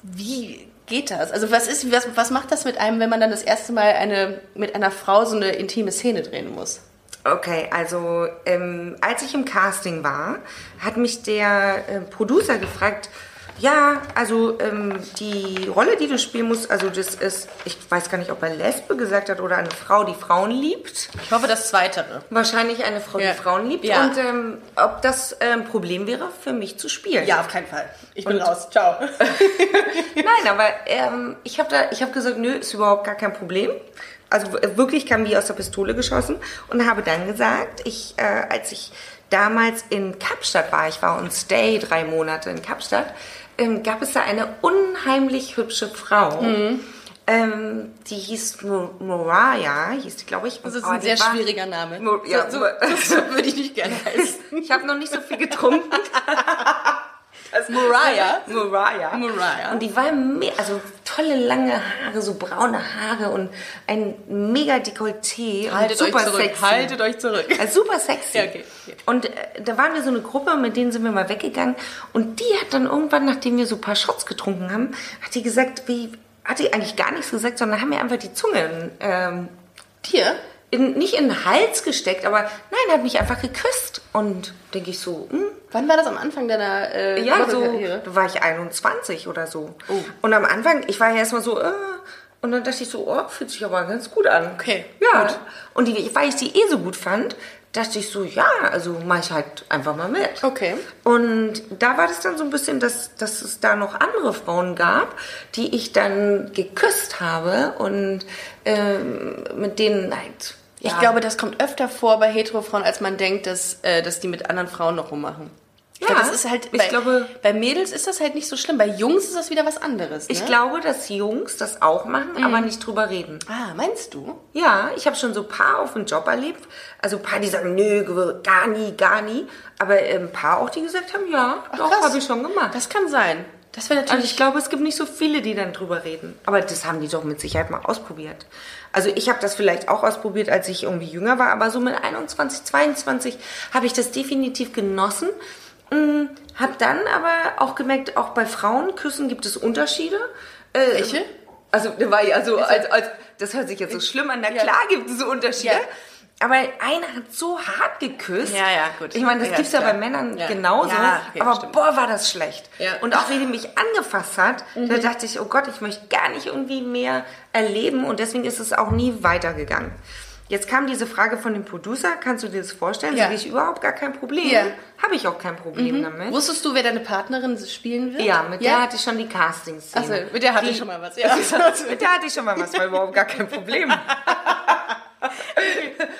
Speaker 2: Wie geht das? Also was ist, was, was macht das mit einem, wenn man dann das erste Mal eine, mit einer Frau so eine intime Szene drehen muss?
Speaker 3: Okay, also ähm, als ich im Casting war, hat mich der äh, Producer gefragt, ja, also ähm, die Rolle, die du spielen musst, also das ist, ich weiß gar nicht, ob er Lesbe gesagt hat oder eine Frau, die Frauen liebt.
Speaker 2: Ich hoffe, das Zweitere.
Speaker 3: Wahrscheinlich eine Frau,
Speaker 2: Ja.
Speaker 3: die Frauen liebt.
Speaker 2: Ja.
Speaker 3: Und ähm, ob das äh, ein Problem wäre, für mich zu spielen.
Speaker 2: Ja, auf keinen Fall. Ich bin raus. <laughs> Ciao.
Speaker 3: Nein, aber ähm, ich habe da, ich habe gesagt, nö, ist überhaupt gar kein Problem. Also w- wirklich kam wie aus der Pistole geschossen und habe dann gesagt, ich, äh, als ich damals in Kapstadt war, ich war on Stay drei Monate in Kapstadt, ähm, gab es da eine unheimlich hübsche Frau.
Speaker 2: Mhm.
Speaker 3: Ähm, die hieß Mo- Mariah, hieß die, glaube ich.
Speaker 2: Das ist ein sehr schwieriger Name.
Speaker 3: Mo- ja,
Speaker 2: so,
Speaker 3: Mo-
Speaker 2: so, so würde ich nicht gerne heißen.
Speaker 3: <laughs> Ich habe noch nicht so viel getrunken.
Speaker 2: Das Mariah.
Speaker 3: Mariah.
Speaker 2: Mariah.
Speaker 3: Und die war mega, also tolle lange Haare, so braune Haare und ein mega Dekolleté.
Speaker 2: Haltet
Speaker 3: und
Speaker 2: euch
Speaker 3: super
Speaker 2: zurück.
Speaker 3: sexy.
Speaker 2: Haltet euch zurück.
Speaker 3: Also super sexy.
Speaker 2: Ja, okay.
Speaker 3: Und äh, da waren wir so eine Gruppe, mit denen sind wir mal weggegangen. Und die hat dann irgendwann, nachdem wir so ein paar Shots getrunken haben, hat die gesagt, wie, hat die eigentlich gar nichts gesagt, sondern haben mir einfach die Zunge in, ähm,
Speaker 2: Tier?
Speaker 3: in, nicht in den Hals gesteckt, aber nein, hat mich einfach geküsst. Und denke ich so, hm,
Speaker 2: Wann war das am Anfang deiner äh,
Speaker 3: ja, so,
Speaker 2: Modelkarriere?
Speaker 3: da war ich 21 oder so.
Speaker 2: Oh.
Speaker 3: Und am Anfang, ich war ja erstmal so, äh, und dann dachte ich so, oh, fühlt sich aber ganz gut an.
Speaker 2: Okay,
Speaker 3: Ja.
Speaker 2: gut.
Speaker 3: Und die, weil ich die eh so gut fand, dachte ich so, ja, also mache ich halt einfach mal mit.
Speaker 2: Okay.
Speaker 3: Und da war das dann so ein bisschen, dass, dass es da noch andere Frauen gab, die ich dann geküsst habe und ähm, mit denen halt.
Speaker 2: Ich
Speaker 3: ja.
Speaker 2: glaube, das kommt öfter vor bei Heterofrauen, als man denkt, dass, äh, dass die mit anderen Frauen noch rummachen. Ich
Speaker 3: Ja,
Speaker 2: glaube, das ist halt,
Speaker 3: ich
Speaker 2: bei,
Speaker 3: glaube-
Speaker 2: bei Mädels ist das halt nicht so schlimm. Bei Jungs ist das wieder was anderes. Ne? Mhm.
Speaker 3: ich glaube, dass Jungs das auch machen, aber nicht drüber reden.
Speaker 2: Ah, meinst du?
Speaker 3: Ja, ich habe schon so ein paar auf dem Job erlebt. Also ein paar, die sagen, nö, gew- gar nie, gar nie. Aber äh, ein paar auch, die gesagt haben, ja, doch,
Speaker 2: krass.
Speaker 3: habe ich schon gemacht.
Speaker 2: Das kann sein. Das wäre
Speaker 3: also
Speaker 2: natürlich.
Speaker 3: ich glaube, es gibt nicht so viele, die dann drüber reden. Aber das haben die doch mit Sicherheit mal ausprobiert. Also ich habe das vielleicht auch ausprobiert, als ich irgendwie jünger war, aber so mit 21, 22 habe ich das definitiv genossen. Hm, Hab dann aber auch gemerkt, auch bei Frauen küssen gibt es Unterschiede. Äh,
Speaker 2: Welche?
Speaker 3: Also, da war ja so, als, als, das hört sich jetzt so schlimm an. Na
Speaker 2: Ja.
Speaker 3: klar gibt es so Unterschiede.
Speaker 2: Ja.
Speaker 3: Aber einer hat so hart geküsst.
Speaker 2: Ja, ja, gut.
Speaker 3: Ich meine, das
Speaker 2: Ja,
Speaker 3: gibt's ja
Speaker 2: klar.
Speaker 3: bei Männern
Speaker 2: Ja.
Speaker 3: genauso.
Speaker 2: Ja, okay,
Speaker 3: aber
Speaker 2: stimmt.
Speaker 3: boah, war das schlecht.
Speaker 2: Ja.
Speaker 3: Und auch wie die mich angefasst hat,
Speaker 2: Mhm.
Speaker 3: da dachte ich, oh Gott, ich möchte gar nicht irgendwie mehr erleben. Und deswegen ist es auch nie weitergegangen. Jetzt kam diese Frage von dem Producer, kannst du dir das vorstellen?
Speaker 2: Ja.
Speaker 3: Sag ich überhaupt gar kein Problem.
Speaker 2: Ja. Mhm.
Speaker 3: Habe ich auch kein Problem damit.
Speaker 2: Wusstest du, wer deine Partnerin spielen wird?
Speaker 3: Also- Ja, mit der hatte ich schon die
Speaker 2: Achso,
Speaker 3: Casting-Szene.
Speaker 2: mit der hatte ich schon mal
Speaker 3: <laughs>
Speaker 2: was. Ja.
Speaker 3: Mit der hatte ich schon mal was, war überhaupt gar
Speaker 2: <laughs>
Speaker 3: kein Problem.
Speaker 2: Also,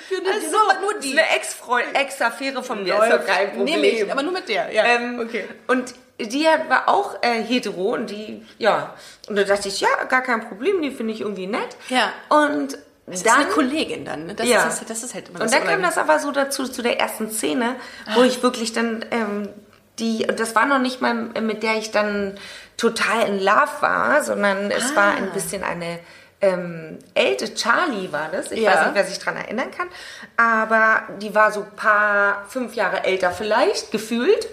Speaker 2: nur
Speaker 3: Das ist eine Ex-Freund, Ex-Affäre von mir. ist doch kein Problem.
Speaker 2: Nee, nicht, aber nur mit der. Ja.
Speaker 3: Ähm,
Speaker 2: okay.
Speaker 3: Und die hat- war auch äh, hetero und die, ja. Und da dachte ich, ja, gar kein Problem, die finde ich irgendwie nett.
Speaker 2: Ja.
Speaker 3: Und
Speaker 2: Das ist
Speaker 3: dann,
Speaker 2: eine Kollegin dann. Ne? Das,
Speaker 3: ja.
Speaker 2: ist, das, das Ah. ist halt immer
Speaker 3: und dann kam
Speaker 2: Unangenehme.
Speaker 3: das aber so dazu, zu der ersten Szene, wo ich wirklich dann, ähm, die, und das war noch nicht mal, äh, mit der ich dann total in Love war, sondern es war
Speaker 2: Ah.
Speaker 3: ein bisschen eine ähm, Elte, Charlie war das. Ich
Speaker 2: Ja.
Speaker 3: weiß nicht, wer sich daran erinnern kann. Aber die war so ein paar, fünf Jahre älter vielleicht, gefühlt.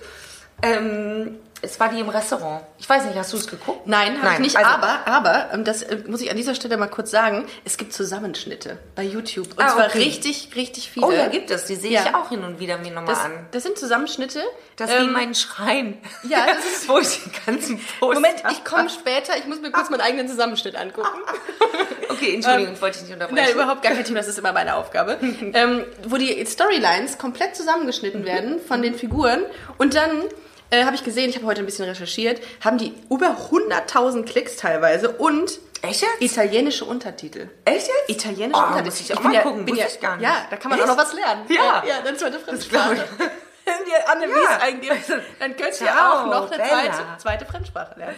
Speaker 3: Ähm, es war die im Restaurant. Ich weiß nicht, hast du es geguckt?
Speaker 2: Nein, habe ich nicht.
Speaker 3: also-
Speaker 2: aber, aber, ähm, das äh, muss ich an dieser Stelle mal kurz sagen, es gibt Zusammenschnitte bei YouTube. Und
Speaker 3: Ah,
Speaker 2: zwar
Speaker 3: okay.
Speaker 2: richtig, richtig viele.
Speaker 3: Oh, ja, gibt es. Die sehe ich
Speaker 2: Ja.
Speaker 3: auch hin und wieder mir nochmal
Speaker 2: das,
Speaker 3: an.
Speaker 2: das sind Zusammenschnitte.
Speaker 3: Das ist
Speaker 2: Ähm,
Speaker 3: wie mein Schrein.
Speaker 2: Ja,
Speaker 3: <laughs>
Speaker 2: das ist-
Speaker 3: wo ich die ganzen Poster...
Speaker 2: Moment, ich komme später. Ich muss mir kurz meinen eigenen Zusammenschnitt angucken.
Speaker 3: <laughs> Okay, Entschuldigung, ich wollte dich nicht
Speaker 2: Ähm, Nein,
Speaker 3: unterbrechen.
Speaker 2: überhaupt gar kein Thema, das ist immer meine Aufgabe. ähm, wo die Storylines komplett zusammengeschnitten werden von den Figuren und dann äh, habe ich gesehen, ich habe heute ein bisschen recherchiert, haben die über 100.000 Klicks teilweise und
Speaker 3: Echt jetzt?
Speaker 2: italienische Untertitel.
Speaker 3: Echt jetzt?
Speaker 2: Italienische
Speaker 3: Oh,
Speaker 2: Untertitel.
Speaker 3: muss ich auch
Speaker 2: bin
Speaker 3: mal gucken,
Speaker 2: bin
Speaker 3: wusste
Speaker 2: ja,
Speaker 3: ich gar nicht.
Speaker 2: Ja, da kann man
Speaker 3: Echt?
Speaker 2: auch noch was lernen.
Speaker 3: Ja.
Speaker 2: ja dann zweite
Speaker 3: glaub ich.
Speaker 2: Fremdsprache. <laughs> Wenn ihr Anne Wies
Speaker 3: Ja. Also,
Speaker 2: eingebt, dann könnt ihr
Speaker 3: Ciao,
Speaker 2: auch noch eine
Speaker 3: Bella.
Speaker 2: zweite, zweite Fremdsprache lernen.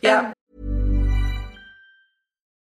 Speaker 3: Ja.
Speaker 2: Ähm,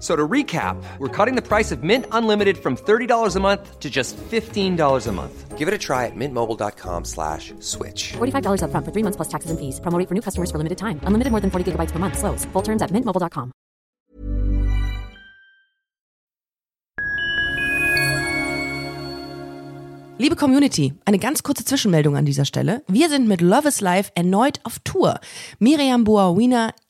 Speaker 4: So to recap, we're cutting the price of Mint Unlimited from $30 a month to just $15 a month. Give it a try at mintmobile.com slash switch.
Speaker 5: $45 upfront for three months plus taxes and fees. Promo rate for new customers for limited time. Unlimited more than 40 gigabytes per month. Slows. Full terms at mintmobile.com.
Speaker 6: Liebe Community, eine ganz kurze Zwischenmeldung an dieser Stelle. Wir sind mit Love is Life erneut auf Tour. Miriam Boawina,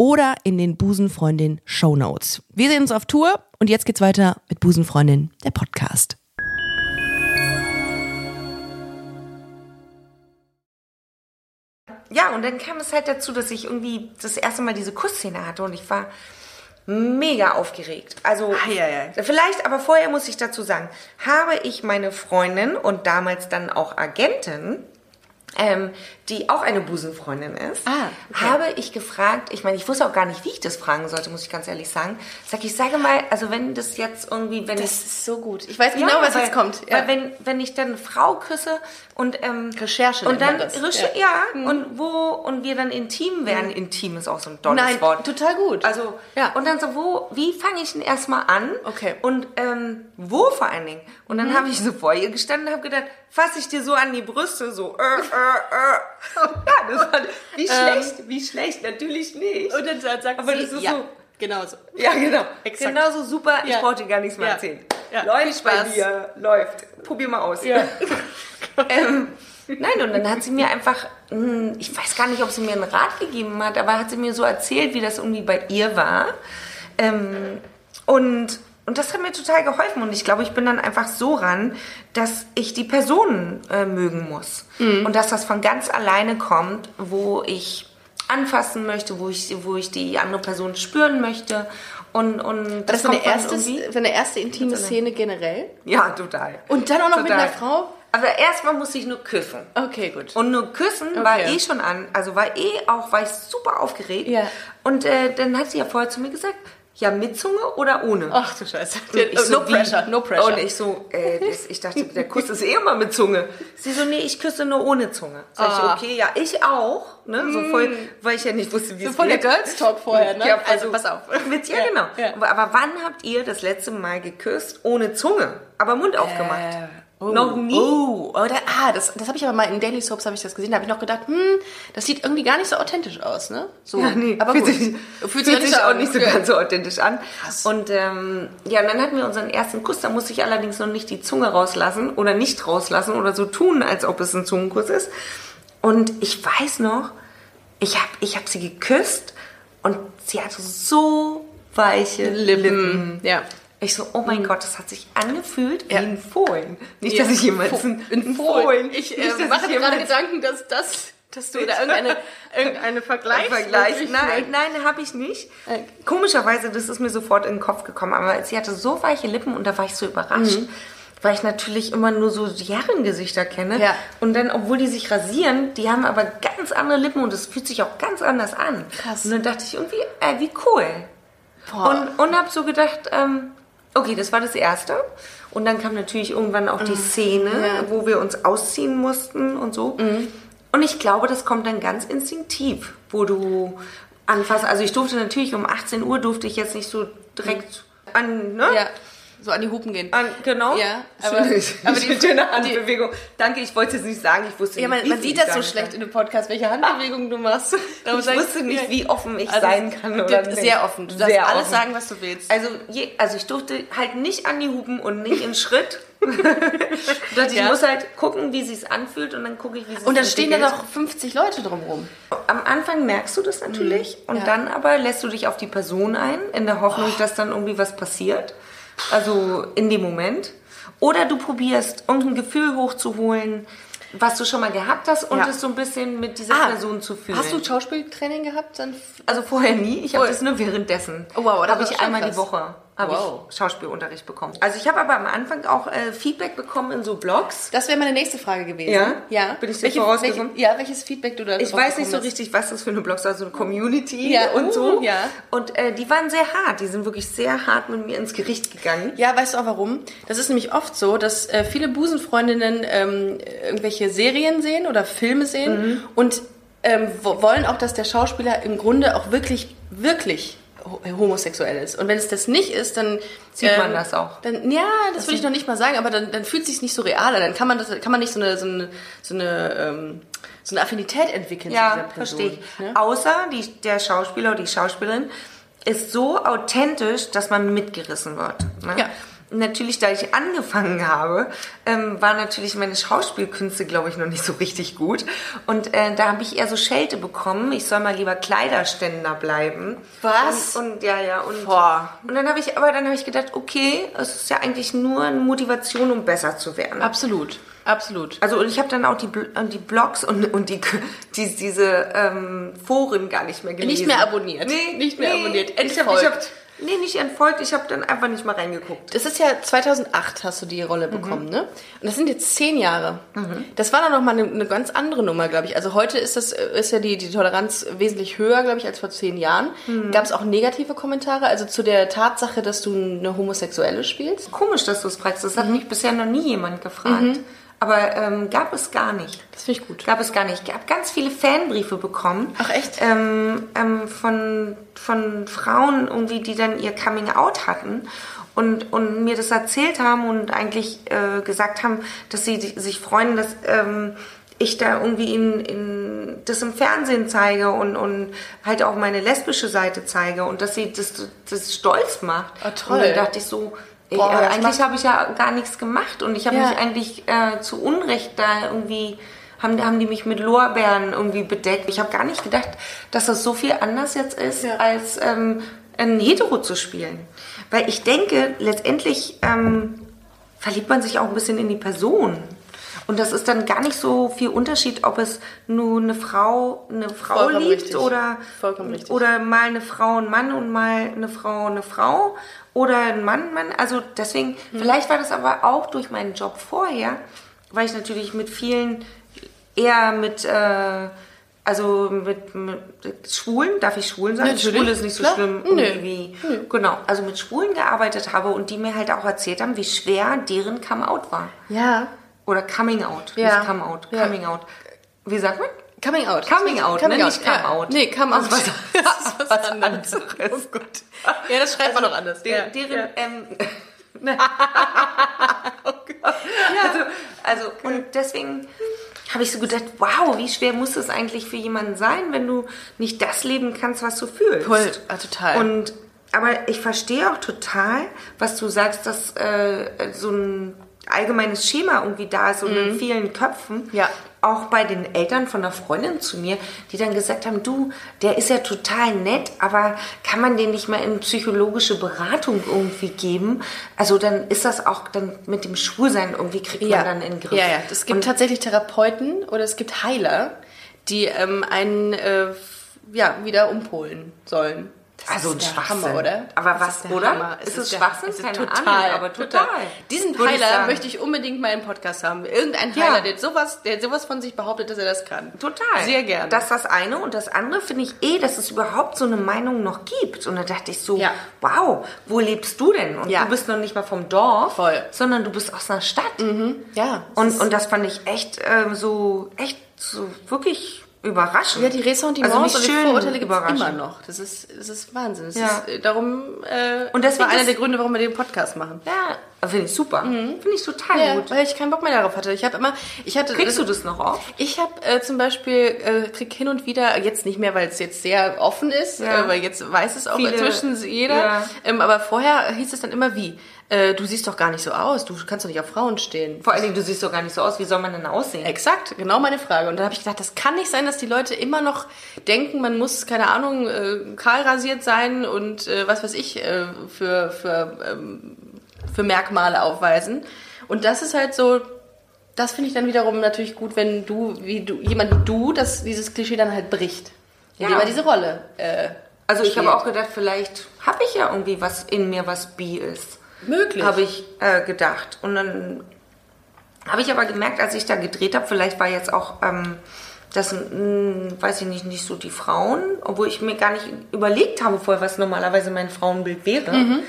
Speaker 6: oder in den Busenfreundin Shownotes. Wir sehen uns auf Tour und jetzt geht's weiter mit Busenfreundin, der Podcast.
Speaker 3: ja, und dann kam es halt dazu, dass ich irgendwie das erste Mal diese Kussszene hatte und ich war mega aufgeregt. Also vielleicht, aber vorher muss ich dazu sagen, habe ich meine Freundin und damals dann auch Agentin, ähm, die auch eine Busenfreundin ist,
Speaker 2: Ah, okay.
Speaker 3: habe ich gefragt, ich meine, ich wusste auch gar nicht, wie ich das fragen sollte, muss ich ganz ehrlich sagen. Sag ich, sage mal, also wenn das jetzt irgendwie, wenn ich
Speaker 2: Das ist so gut. Ich weiß genau, was
Speaker 3: weil,
Speaker 2: jetzt kommt.
Speaker 3: Weil wenn, wenn ich dann eine Frau küsse und ähm,
Speaker 2: Recherche
Speaker 3: und dann
Speaker 2: nennt man das.
Speaker 3: Recherche, ja, und wo und wir dann intim werden. Intim ist auch so ein dolles
Speaker 2: Nein,
Speaker 3: Wort.
Speaker 2: total gut.
Speaker 3: Also
Speaker 2: Ja.
Speaker 3: und dann so wo, wie fange ich denn erstmal an?
Speaker 2: Okay.
Speaker 3: Und ähm, wo vor allen Dingen? Und dann habe ich so vor ihr gestanden und habe gedacht, fasse ich dir so an die Brüste so. Äh, äh, <laughs> äh. ja, das war, wie schlecht, wie schlecht, natürlich nicht.
Speaker 2: und dann sagt
Speaker 3: Aber
Speaker 2: sie,
Speaker 3: das ist
Speaker 2: ja,
Speaker 3: so.
Speaker 2: genau so.
Speaker 3: Ja, genau.
Speaker 2: Exakt.
Speaker 3: Genauso super, ich
Speaker 2: Ja.
Speaker 3: brauche dir gar nichts mehr
Speaker 2: Ja.
Speaker 3: erzählen.
Speaker 2: Ja. Viel
Speaker 3: Läuft bei
Speaker 2: Spaß.
Speaker 3: dir, läuft. Probier mal aus. <laughs> ähm, nein, und dann hat sie mir einfach, mh, ich weiß gar nicht, ob sie mir einen Rat gegeben hat, aber hat sie mir so erzählt, wie das irgendwie bei ihr war. Ähm, und, und das hat mir total geholfen. Und ich glaube, ich bin dann einfach so ran, dass ich die Personen äh, mögen muss.
Speaker 2: Mhm.
Speaker 3: Und dass das von ganz alleine kommt, wo ich anfassen möchte, wo ich, wo ich die andere Person spüren möchte. Und, und
Speaker 2: Das war
Speaker 3: kommt
Speaker 2: deine
Speaker 3: von
Speaker 2: erste,
Speaker 3: irgendwie-
Speaker 2: deine erste intime Szene generell.
Speaker 3: Ja, total.
Speaker 2: Und dann auch noch mit
Speaker 3: Total.
Speaker 2: einer Frau?
Speaker 3: Aber erstmal muss ich nur küssen.
Speaker 2: Okay, gut.
Speaker 3: Und nur küssen war
Speaker 2: Okay.
Speaker 3: eh schon an, also war eh auch, war ich super aufgeregt.
Speaker 2: Ja.
Speaker 3: Und äh, dann hat sie ja vorher zu mir gesagt, ja mit Zunge oder ohne?
Speaker 2: Ach du Scheiße.
Speaker 3: Ich so,
Speaker 2: no
Speaker 3: wie?
Speaker 2: pressure, no pressure.
Speaker 3: Und ich so, äh, das, ich dachte, der Kuss ist eh immer mit Zunge. Sie so, nee, ich küsse nur ohne Zunge. Sag
Speaker 2: Ah. Mm.
Speaker 3: ich, okay, ja, ich auch. Ne? So voll, weil ich ja nicht wusste, wie
Speaker 2: So
Speaker 3: es
Speaker 2: voll der
Speaker 3: geht.
Speaker 2: Girls Talk vorher, ne?
Speaker 3: Ja,
Speaker 2: Also, pass auf.
Speaker 3: Witz, ja,
Speaker 2: Ja,
Speaker 3: genau.
Speaker 2: ja.
Speaker 3: Aber, aber wann habt ihr das letzte Mal geküsst ohne Zunge, aber Mund aufgemacht?
Speaker 2: Äh, Oh,
Speaker 3: Noch nie?
Speaker 2: Oh, oder, ah, das, das habe ich aber mal in Daily Soaps habe ich das gesehen. Da habe ich noch gedacht, hm, das sieht irgendwie gar nicht so authentisch aus, ne? So,
Speaker 3: Ja, nee,
Speaker 2: aber
Speaker 3: fühlt
Speaker 2: gut.
Speaker 3: sich,
Speaker 2: Fühlt
Speaker 3: fühlt
Speaker 2: sich auch
Speaker 3: sich,
Speaker 2: nicht so
Speaker 3: auch
Speaker 2: an.
Speaker 3: nicht so
Speaker 2: Okay.
Speaker 3: ganz so authentisch an. Und ähm, ja, und dann hatten wir unseren ersten Kuss. Da musste ich allerdings noch nicht die Zunge rauslassen oder nicht rauslassen oder so tun, als ob es ein Zungenkuss ist. Und ich weiß noch, ich habe ich hab sie geküsst und sie hatte so weiche Lippen.
Speaker 2: Lippen. Ja.
Speaker 3: Ich so, oh mein Gott, das hat sich angefühlt
Speaker 2: Ja.
Speaker 3: wie ein Fohlen. Nicht,
Speaker 2: Ja.
Speaker 3: dass ich jemals
Speaker 2: Fo-
Speaker 3: ein,
Speaker 2: ein Fohlen. Ich äh,
Speaker 3: Nicht, dass
Speaker 2: mache
Speaker 3: ich
Speaker 2: mir gerade
Speaker 3: jemals-
Speaker 2: Gedanken, dass das, dass du da irgendeine,
Speaker 3: <laughs>
Speaker 2: irgendeine Vergleich. Äh.
Speaker 3: Vergleich. Nein, nein, habe ich nicht. Komischerweise, das ist mir sofort in den Kopf gekommen, aber sie hatte so weiche Lippen und da war ich so überrascht.
Speaker 2: Mhm.
Speaker 3: Weil ich natürlich immer nur so Herrengesichter kenne.
Speaker 2: Ja.
Speaker 3: Und dann, obwohl die sich rasieren, die haben aber ganz andere Lippen und es fühlt sich auch ganz anders an.
Speaker 2: Krass.
Speaker 3: Und dann dachte ich irgendwie, äh, wie cool. Und, und habe so gedacht, ähm, okay, das war das Erste. Und dann kam natürlich irgendwann
Speaker 2: Mm.
Speaker 3: auch die Szene, wo wir uns ausziehen mussten und so.
Speaker 2: Mm.
Speaker 3: Und ich glaube, das kommt dann ganz instinktiv, wo du anfasst. Also ich durfte natürlich um 18 Uhr durfte ich jetzt nicht so direkt an, ne?
Speaker 2: Ja, so an die Hupen gehen.
Speaker 3: An, genau.
Speaker 2: Ja, aber-
Speaker 3: <laughs> aber,
Speaker 2: aber die-
Speaker 3: die schöne
Speaker 2: die-
Speaker 3: Handbewegung. Danke, ich wollte es nicht sagen, ich wusste
Speaker 2: Ja,
Speaker 3: nicht,
Speaker 2: man,
Speaker 3: wie
Speaker 2: man
Speaker 3: viel
Speaker 2: sieht
Speaker 3: ich
Speaker 2: das so
Speaker 3: sagen
Speaker 2: schlecht
Speaker 3: kann.
Speaker 2: in dem Podcast, welche Handbewegungen du machst. Darum
Speaker 3: <laughs> Ich
Speaker 2: sag
Speaker 3: wusste nicht, wie offen ich
Speaker 2: Also,
Speaker 3: sein kann oder nicht.
Speaker 2: Sehr offen. Du darfst
Speaker 3: Sehr
Speaker 2: alles
Speaker 3: offen.
Speaker 2: sagen, was du willst.
Speaker 3: Also, je, also ich durfte halt nicht an die Hupen und nicht in <laughs> Schritt. ich, dachte,
Speaker 2: Ja.
Speaker 3: ich muss halt gucken, wie sie es anfühlt und dann gucke ich, wie sie Also, es
Speaker 2: Und dann stehen da
Speaker 3: entwickelt.
Speaker 2: noch 50 Leute drumrum.
Speaker 3: Am Anfang merkst du das natürlich und
Speaker 2: ja.
Speaker 3: dann aber lässt du dich auf die Person ein, in der Hoffnung, dass dann irgendwie was passiert. Also in dem Moment. Oder du probierst, irgendein Gefühl hochzuholen, was du schon mal gehabt hast und
Speaker 2: Ja.
Speaker 3: es so ein bisschen mit dieser Person Ah. zu fühlen.
Speaker 2: Ah. Hast du Schauspieltraining gehabt? Dann f-
Speaker 3: also vorher Also nie, ich habe das nur währenddessen.
Speaker 2: Oh, wow, das
Speaker 3: habe
Speaker 2: ist
Speaker 3: ich
Speaker 2: schon
Speaker 3: einmal
Speaker 2: krass.
Speaker 3: die Woche. habe
Speaker 2: Wow.
Speaker 3: ich Schauspielunterricht bekommen. Also ich habe aber am Anfang auch äh, Feedback bekommen in so Blogs.
Speaker 2: Das wäre meine nächste Frage gewesen.
Speaker 3: Ja?
Speaker 2: Ja.
Speaker 3: Bin ich dir
Speaker 2: welche,
Speaker 3: vorausgekommen?
Speaker 2: welche, Ja, welches Feedback du da
Speaker 3: Ich
Speaker 2: drauf
Speaker 3: weiß nicht so
Speaker 2: bekommen
Speaker 3: richtig, was das für eine Blogs war, so eine Community
Speaker 2: Ja,
Speaker 3: und so.
Speaker 2: uh, ja.
Speaker 3: Und äh, die waren sehr hart, die sind wirklich sehr hart mit mir ins Gericht gegangen.
Speaker 2: Ja, weißt du auch warum? Das ist nämlich oft so, dass äh, viele Busenfreundinnen ähm, irgendwelche Serien sehen oder Filme sehen
Speaker 3: Mhm.
Speaker 2: und ähm, wo- wollen auch, dass der Schauspieler im Grunde auch wirklich, wirklich ho- homosexuell ist. Und wenn es das nicht ist, dann ähm,
Speaker 3: Sieht man das auch.
Speaker 2: Dann, ja, das würde ich noch nicht mal sagen, aber dann, dann fühlt es sich nicht so real an. Dann kann man das, kann man nicht so eine, so eine, so eine, ähm, so eine Affinität entwickeln zu dieser
Speaker 3: Ja,
Speaker 2: Person. ne?
Speaker 3: verstehe ich. Außer die, der Schauspieler oder die Schauspielerin ist so authentisch, dass man mitgerissen wird. Ne?
Speaker 2: Ja.
Speaker 3: Natürlich, da ich angefangen habe, ähm, waren natürlich meine Schauspielkünste, glaube ich, noch nicht so richtig gut. Und äh, da habe ich eher so Schelte bekommen. Ich soll mal lieber Kleiderständer bleiben.
Speaker 2: Was?
Speaker 3: Und, und ja, ja. Und,
Speaker 2: Boah.
Speaker 3: und dann habe ich, aber dann habe ich gedacht, okay, es ist ja eigentlich nur eine Motivation, um besser zu werden.
Speaker 2: Absolut, absolut.
Speaker 3: Also und ich habe dann auch die, Bl- und die Blogs und, und die, <laughs> die, diese ähm, Foren gar nicht mehr
Speaker 2: Nicht
Speaker 3: gelesen.
Speaker 2: mehr abonniert. Nicht mehr abonniert.
Speaker 3: Ich hab, ich hab,
Speaker 2: Entfolgt.
Speaker 3: nee, nicht entfolgt. Ich habe dann einfach nicht mal reingeguckt.
Speaker 2: Das ist ja 2008 hast du die
Speaker 3: Mhm.
Speaker 2: Rolle bekommen, ne? Und das sind jetzt zehn Jahre. Das war dann nochmal eine, eine ganz andere Nummer, glaube ich. Also heute ist das ist ja die, die Toleranz wesentlich höher, glaube ich, als vor zehn Jahren.
Speaker 3: Mhm.
Speaker 2: Gab es auch negative Kommentare, also zu der Tatsache, dass du eine Homosexuelle spielst?
Speaker 3: Komisch, dass du es fragst. Das hat
Speaker 2: Mhm.
Speaker 3: mich bisher noch nie jemand gefragt. Aber ähm, gab es gar nicht.
Speaker 2: Das finde ich gut.
Speaker 3: Gab es gar nicht. Ich habe ganz viele Fanbriefe bekommen.
Speaker 2: Ach, echt?
Speaker 3: Ähm, ähm, von, von Frauen, irgendwie, die dann ihr Coming-out hatten und, und mir das erzählt haben und eigentlich äh, gesagt haben, dass sie di- sich freuen, dass ähm, ich da irgendwie in, in, das im Fernsehen zeige und, und halt auch meine lesbische Seite zeige und dass sie das, das stolz macht.
Speaker 2: Ah, toll.
Speaker 3: Und dann dachte ich so, ich,
Speaker 2: Boah,
Speaker 3: äh,
Speaker 2: das
Speaker 3: eigentlich
Speaker 2: macht-
Speaker 3: habe ich ja gar nichts gemacht und ich habe
Speaker 2: Ja.
Speaker 3: mich eigentlich äh, zu Unrecht da irgendwie, haben, haben die mich mit Lorbeeren irgendwie bedeckt. Ich habe gar nicht gedacht, dass das so viel anders jetzt ist, als ähm, ein Hetero zu spielen. Weil ich denke, letztendlich ähm, verliebt man sich auch ein bisschen in die Person. Und das ist dann gar nicht so viel Unterschied, ob es nur eine Frau, eine Frau
Speaker 2: Vollkommen
Speaker 3: liebt
Speaker 2: richtig.
Speaker 3: oder,
Speaker 2: Vollkommen richtig.
Speaker 3: oder äh, mal eine Frau ein Mann und mal eine Frau eine Frau oder ein Mann ein Mann. Also deswegen,
Speaker 2: Mhm.
Speaker 3: vielleicht war das aber auch durch meinen Job vorher, weil ich natürlich mit vielen eher mit, äh, also mit, mit Schwulen, darf ich Schwulen sagen?
Speaker 2: Natürlich,
Speaker 3: Schwule ist nicht so
Speaker 2: klar.
Speaker 3: schlimm.
Speaker 2: Nö.
Speaker 3: Irgendwie. Genau, also mit Schwulen gearbeitet habe und die mir halt auch erzählt haben, wie schwer deren Come-out war.
Speaker 2: Ja.
Speaker 3: Oder Coming Out.
Speaker 2: Ja.
Speaker 3: Nicht Come Out.
Speaker 2: Ja.
Speaker 3: Coming Out. Wie sagt man?
Speaker 2: Coming out.
Speaker 3: Coming out,
Speaker 2: Coming
Speaker 3: ne?
Speaker 2: out,
Speaker 3: Nicht come
Speaker 2: ja.
Speaker 3: out.
Speaker 2: Nee, come out.
Speaker 3: Das ist
Speaker 2: <laughs>
Speaker 3: was,
Speaker 2: Das ist was anderes.
Speaker 3: <laughs> anderes. Oh Gott. Also
Speaker 2: Ja, das schreibt man noch anders.
Speaker 3: Der,
Speaker 2: Ja.
Speaker 3: Deren,
Speaker 2: Ja.
Speaker 3: ähm, <laughs> oh Gott. Also, also und deswegen habe ich so gedacht, wow, wie schwer muss das eigentlich für jemanden sein, wenn du nicht das leben kannst, was du fühlst.
Speaker 2: Voll, ah, total.
Speaker 3: Und aber ich verstehe auch total, was du sagst, dass äh, so ein allgemeines Schema irgendwie da ist und in vielen Köpfen.
Speaker 2: Mhm. Ja.
Speaker 3: Auch bei den Eltern von einer Freundin zu mir, die dann gesagt haben, du, der ist ja total nett, aber kann man den nicht mal in psychologische Beratung irgendwie geben? Also dann ist das auch dann mit dem Schwulsein irgendwie kriegt man dann in den Griff.
Speaker 2: Ja, ja. Es gibt tatsächlich Therapeuten oder es gibt Heiler, die ähm, einen äh, f- ja, wieder umpolen sollen. Das
Speaker 3: Also ein
Speaker 2: ist der
Speaker 3: Schwachsinn.
Speaker 2: Hammer, oder?
Speaker 3: Aber
Speaker 2: Das
Speaker 3: was,
Speaker 2: ist der
Speaker 3: oder?
Speaker 2: Hammer.
Speaker 3: Ist es
Speaker 2: der-
Speaker 3: Schwachsinn?
Speaker 2: ist
Speaker 3: Keine
Speaker 2: total,
Speaker 3: Ahnung, aber total.
Speaker 2: Diesen
Speaker 3: Würde ich
Speaker 2: Heiler
Speaker 3: sagen.
Speaker 2: möchte ich unbedingt mal im Podcast haben. Irgendein
Speaker 3: Ja.
Speaker 2: Heiler, der sowas, der sowas von sich behauptet, dass er das kann.
Speaker 3: Total.
Speaker 2: Sehr gerne.
Speaker 3: Das ist das eine. Und das andere finde ich eh, dass es überhaupt so eine Meinung noch gibt. Und da dachte ich so,
Speaker 2: Ja.
Speaker 3: wow, wo lebst du denn? Und
Speaker 2: Ja.
Speaker 3: du bist noch nicht mal vom Dorf,
Speaker 2: Voll. Mhm.
Speaker 3: sondern du bist aus einer Stadt.
Speaker 2: ja.
Speaker 3: Und, und das fand ich echt ähm, so, echt so wirklich überraschend.
Speaker 2: Ja, die Ressentiments
Speaker 3: also mich
Speaker 2: und die
Speaker 3: schön
Speaker 2: Vorurteile gibt es
Speaker 3: überraschend.
Speaker 2: immer noch. Das ist, das ist Wahnsinn. Das
Speaker 3: Ja.
Speaker 2: ist, äh, darum, äh,
Speaker 3: Und
Speaker 2: das
Speaker 3: deswegen
Speaker 2: war einer
Speaker 3: ist-
Speaker 2: der Gründe, warum wir den Podcast machen.
Speaker 3: Ja, finde ich super. Finde ich total
Speaker 2: Mhm. Ja,
Speaker 3: gut.
Speaker 2: weil ich keinen Bock mehr darauf hatte. Ich habe immer, ich hatte,
Speaker 3: Kriegst du das noch oft?
Speaker 2: Ich habe äh, zum Beispiel, äh, krieg hin und wieder, jetzt nicht mehr, weil es jetzt sehr offen ist,
Speaker 3: Ja.
Speaker 2: äh, weil jetzt weiß es auch
Speaker 3: Viele-
Speaker 2: inzwischen jeder,
Speaker 3: Ja.
Speaker 2: ähm, aber vorher hieß es dann immer wie, äh, du siehst doch gar nicht so aus, du kannst doch nicht auf Frauen stehen.
Speaker 3: Vor allen Dingen, du siehst doch gar nicht so aus. Wie soll man denn aussehen?
Speaker 2: Exakt, genau meine Frage. Und dann habe ich gedacht, das kann nicht sein, dass die Leute immer noch denken, man muss, keine Ahnung, äh, kahl rasiert sein und äh, was weiß ich äh, für, für, ähm, für Merkmale aufweisen. Und das ist halt so, das finde ich dann wiederum natürlich gut, wenn du, wie du, jemand wie du, dass dieses Klischee dann halt bricht.
Speaker 3: Ja.
Speaker 2: Indem er diese Rolle äh,
Speaker 3: Also ich habe
Speaker 2: steht.
Speaker 3: auch gedacht, vielleicht habe ich ja irgendwie was in mir, was bi ist.
Speaker 2: Möglich.
Speaker 3: Habe ich äh, gedacht. Und dann habe ich aber gemerkt, als ich da gedreht habe, vielleicht war jetzt auch ähm, das, mh, weiß ich nicht, nicht so die Frauen, obwohl ich mir gar nicht überlegt habe vorher, was normalerweise mein Frauenbild wäre.
Speaker 2: Mhm.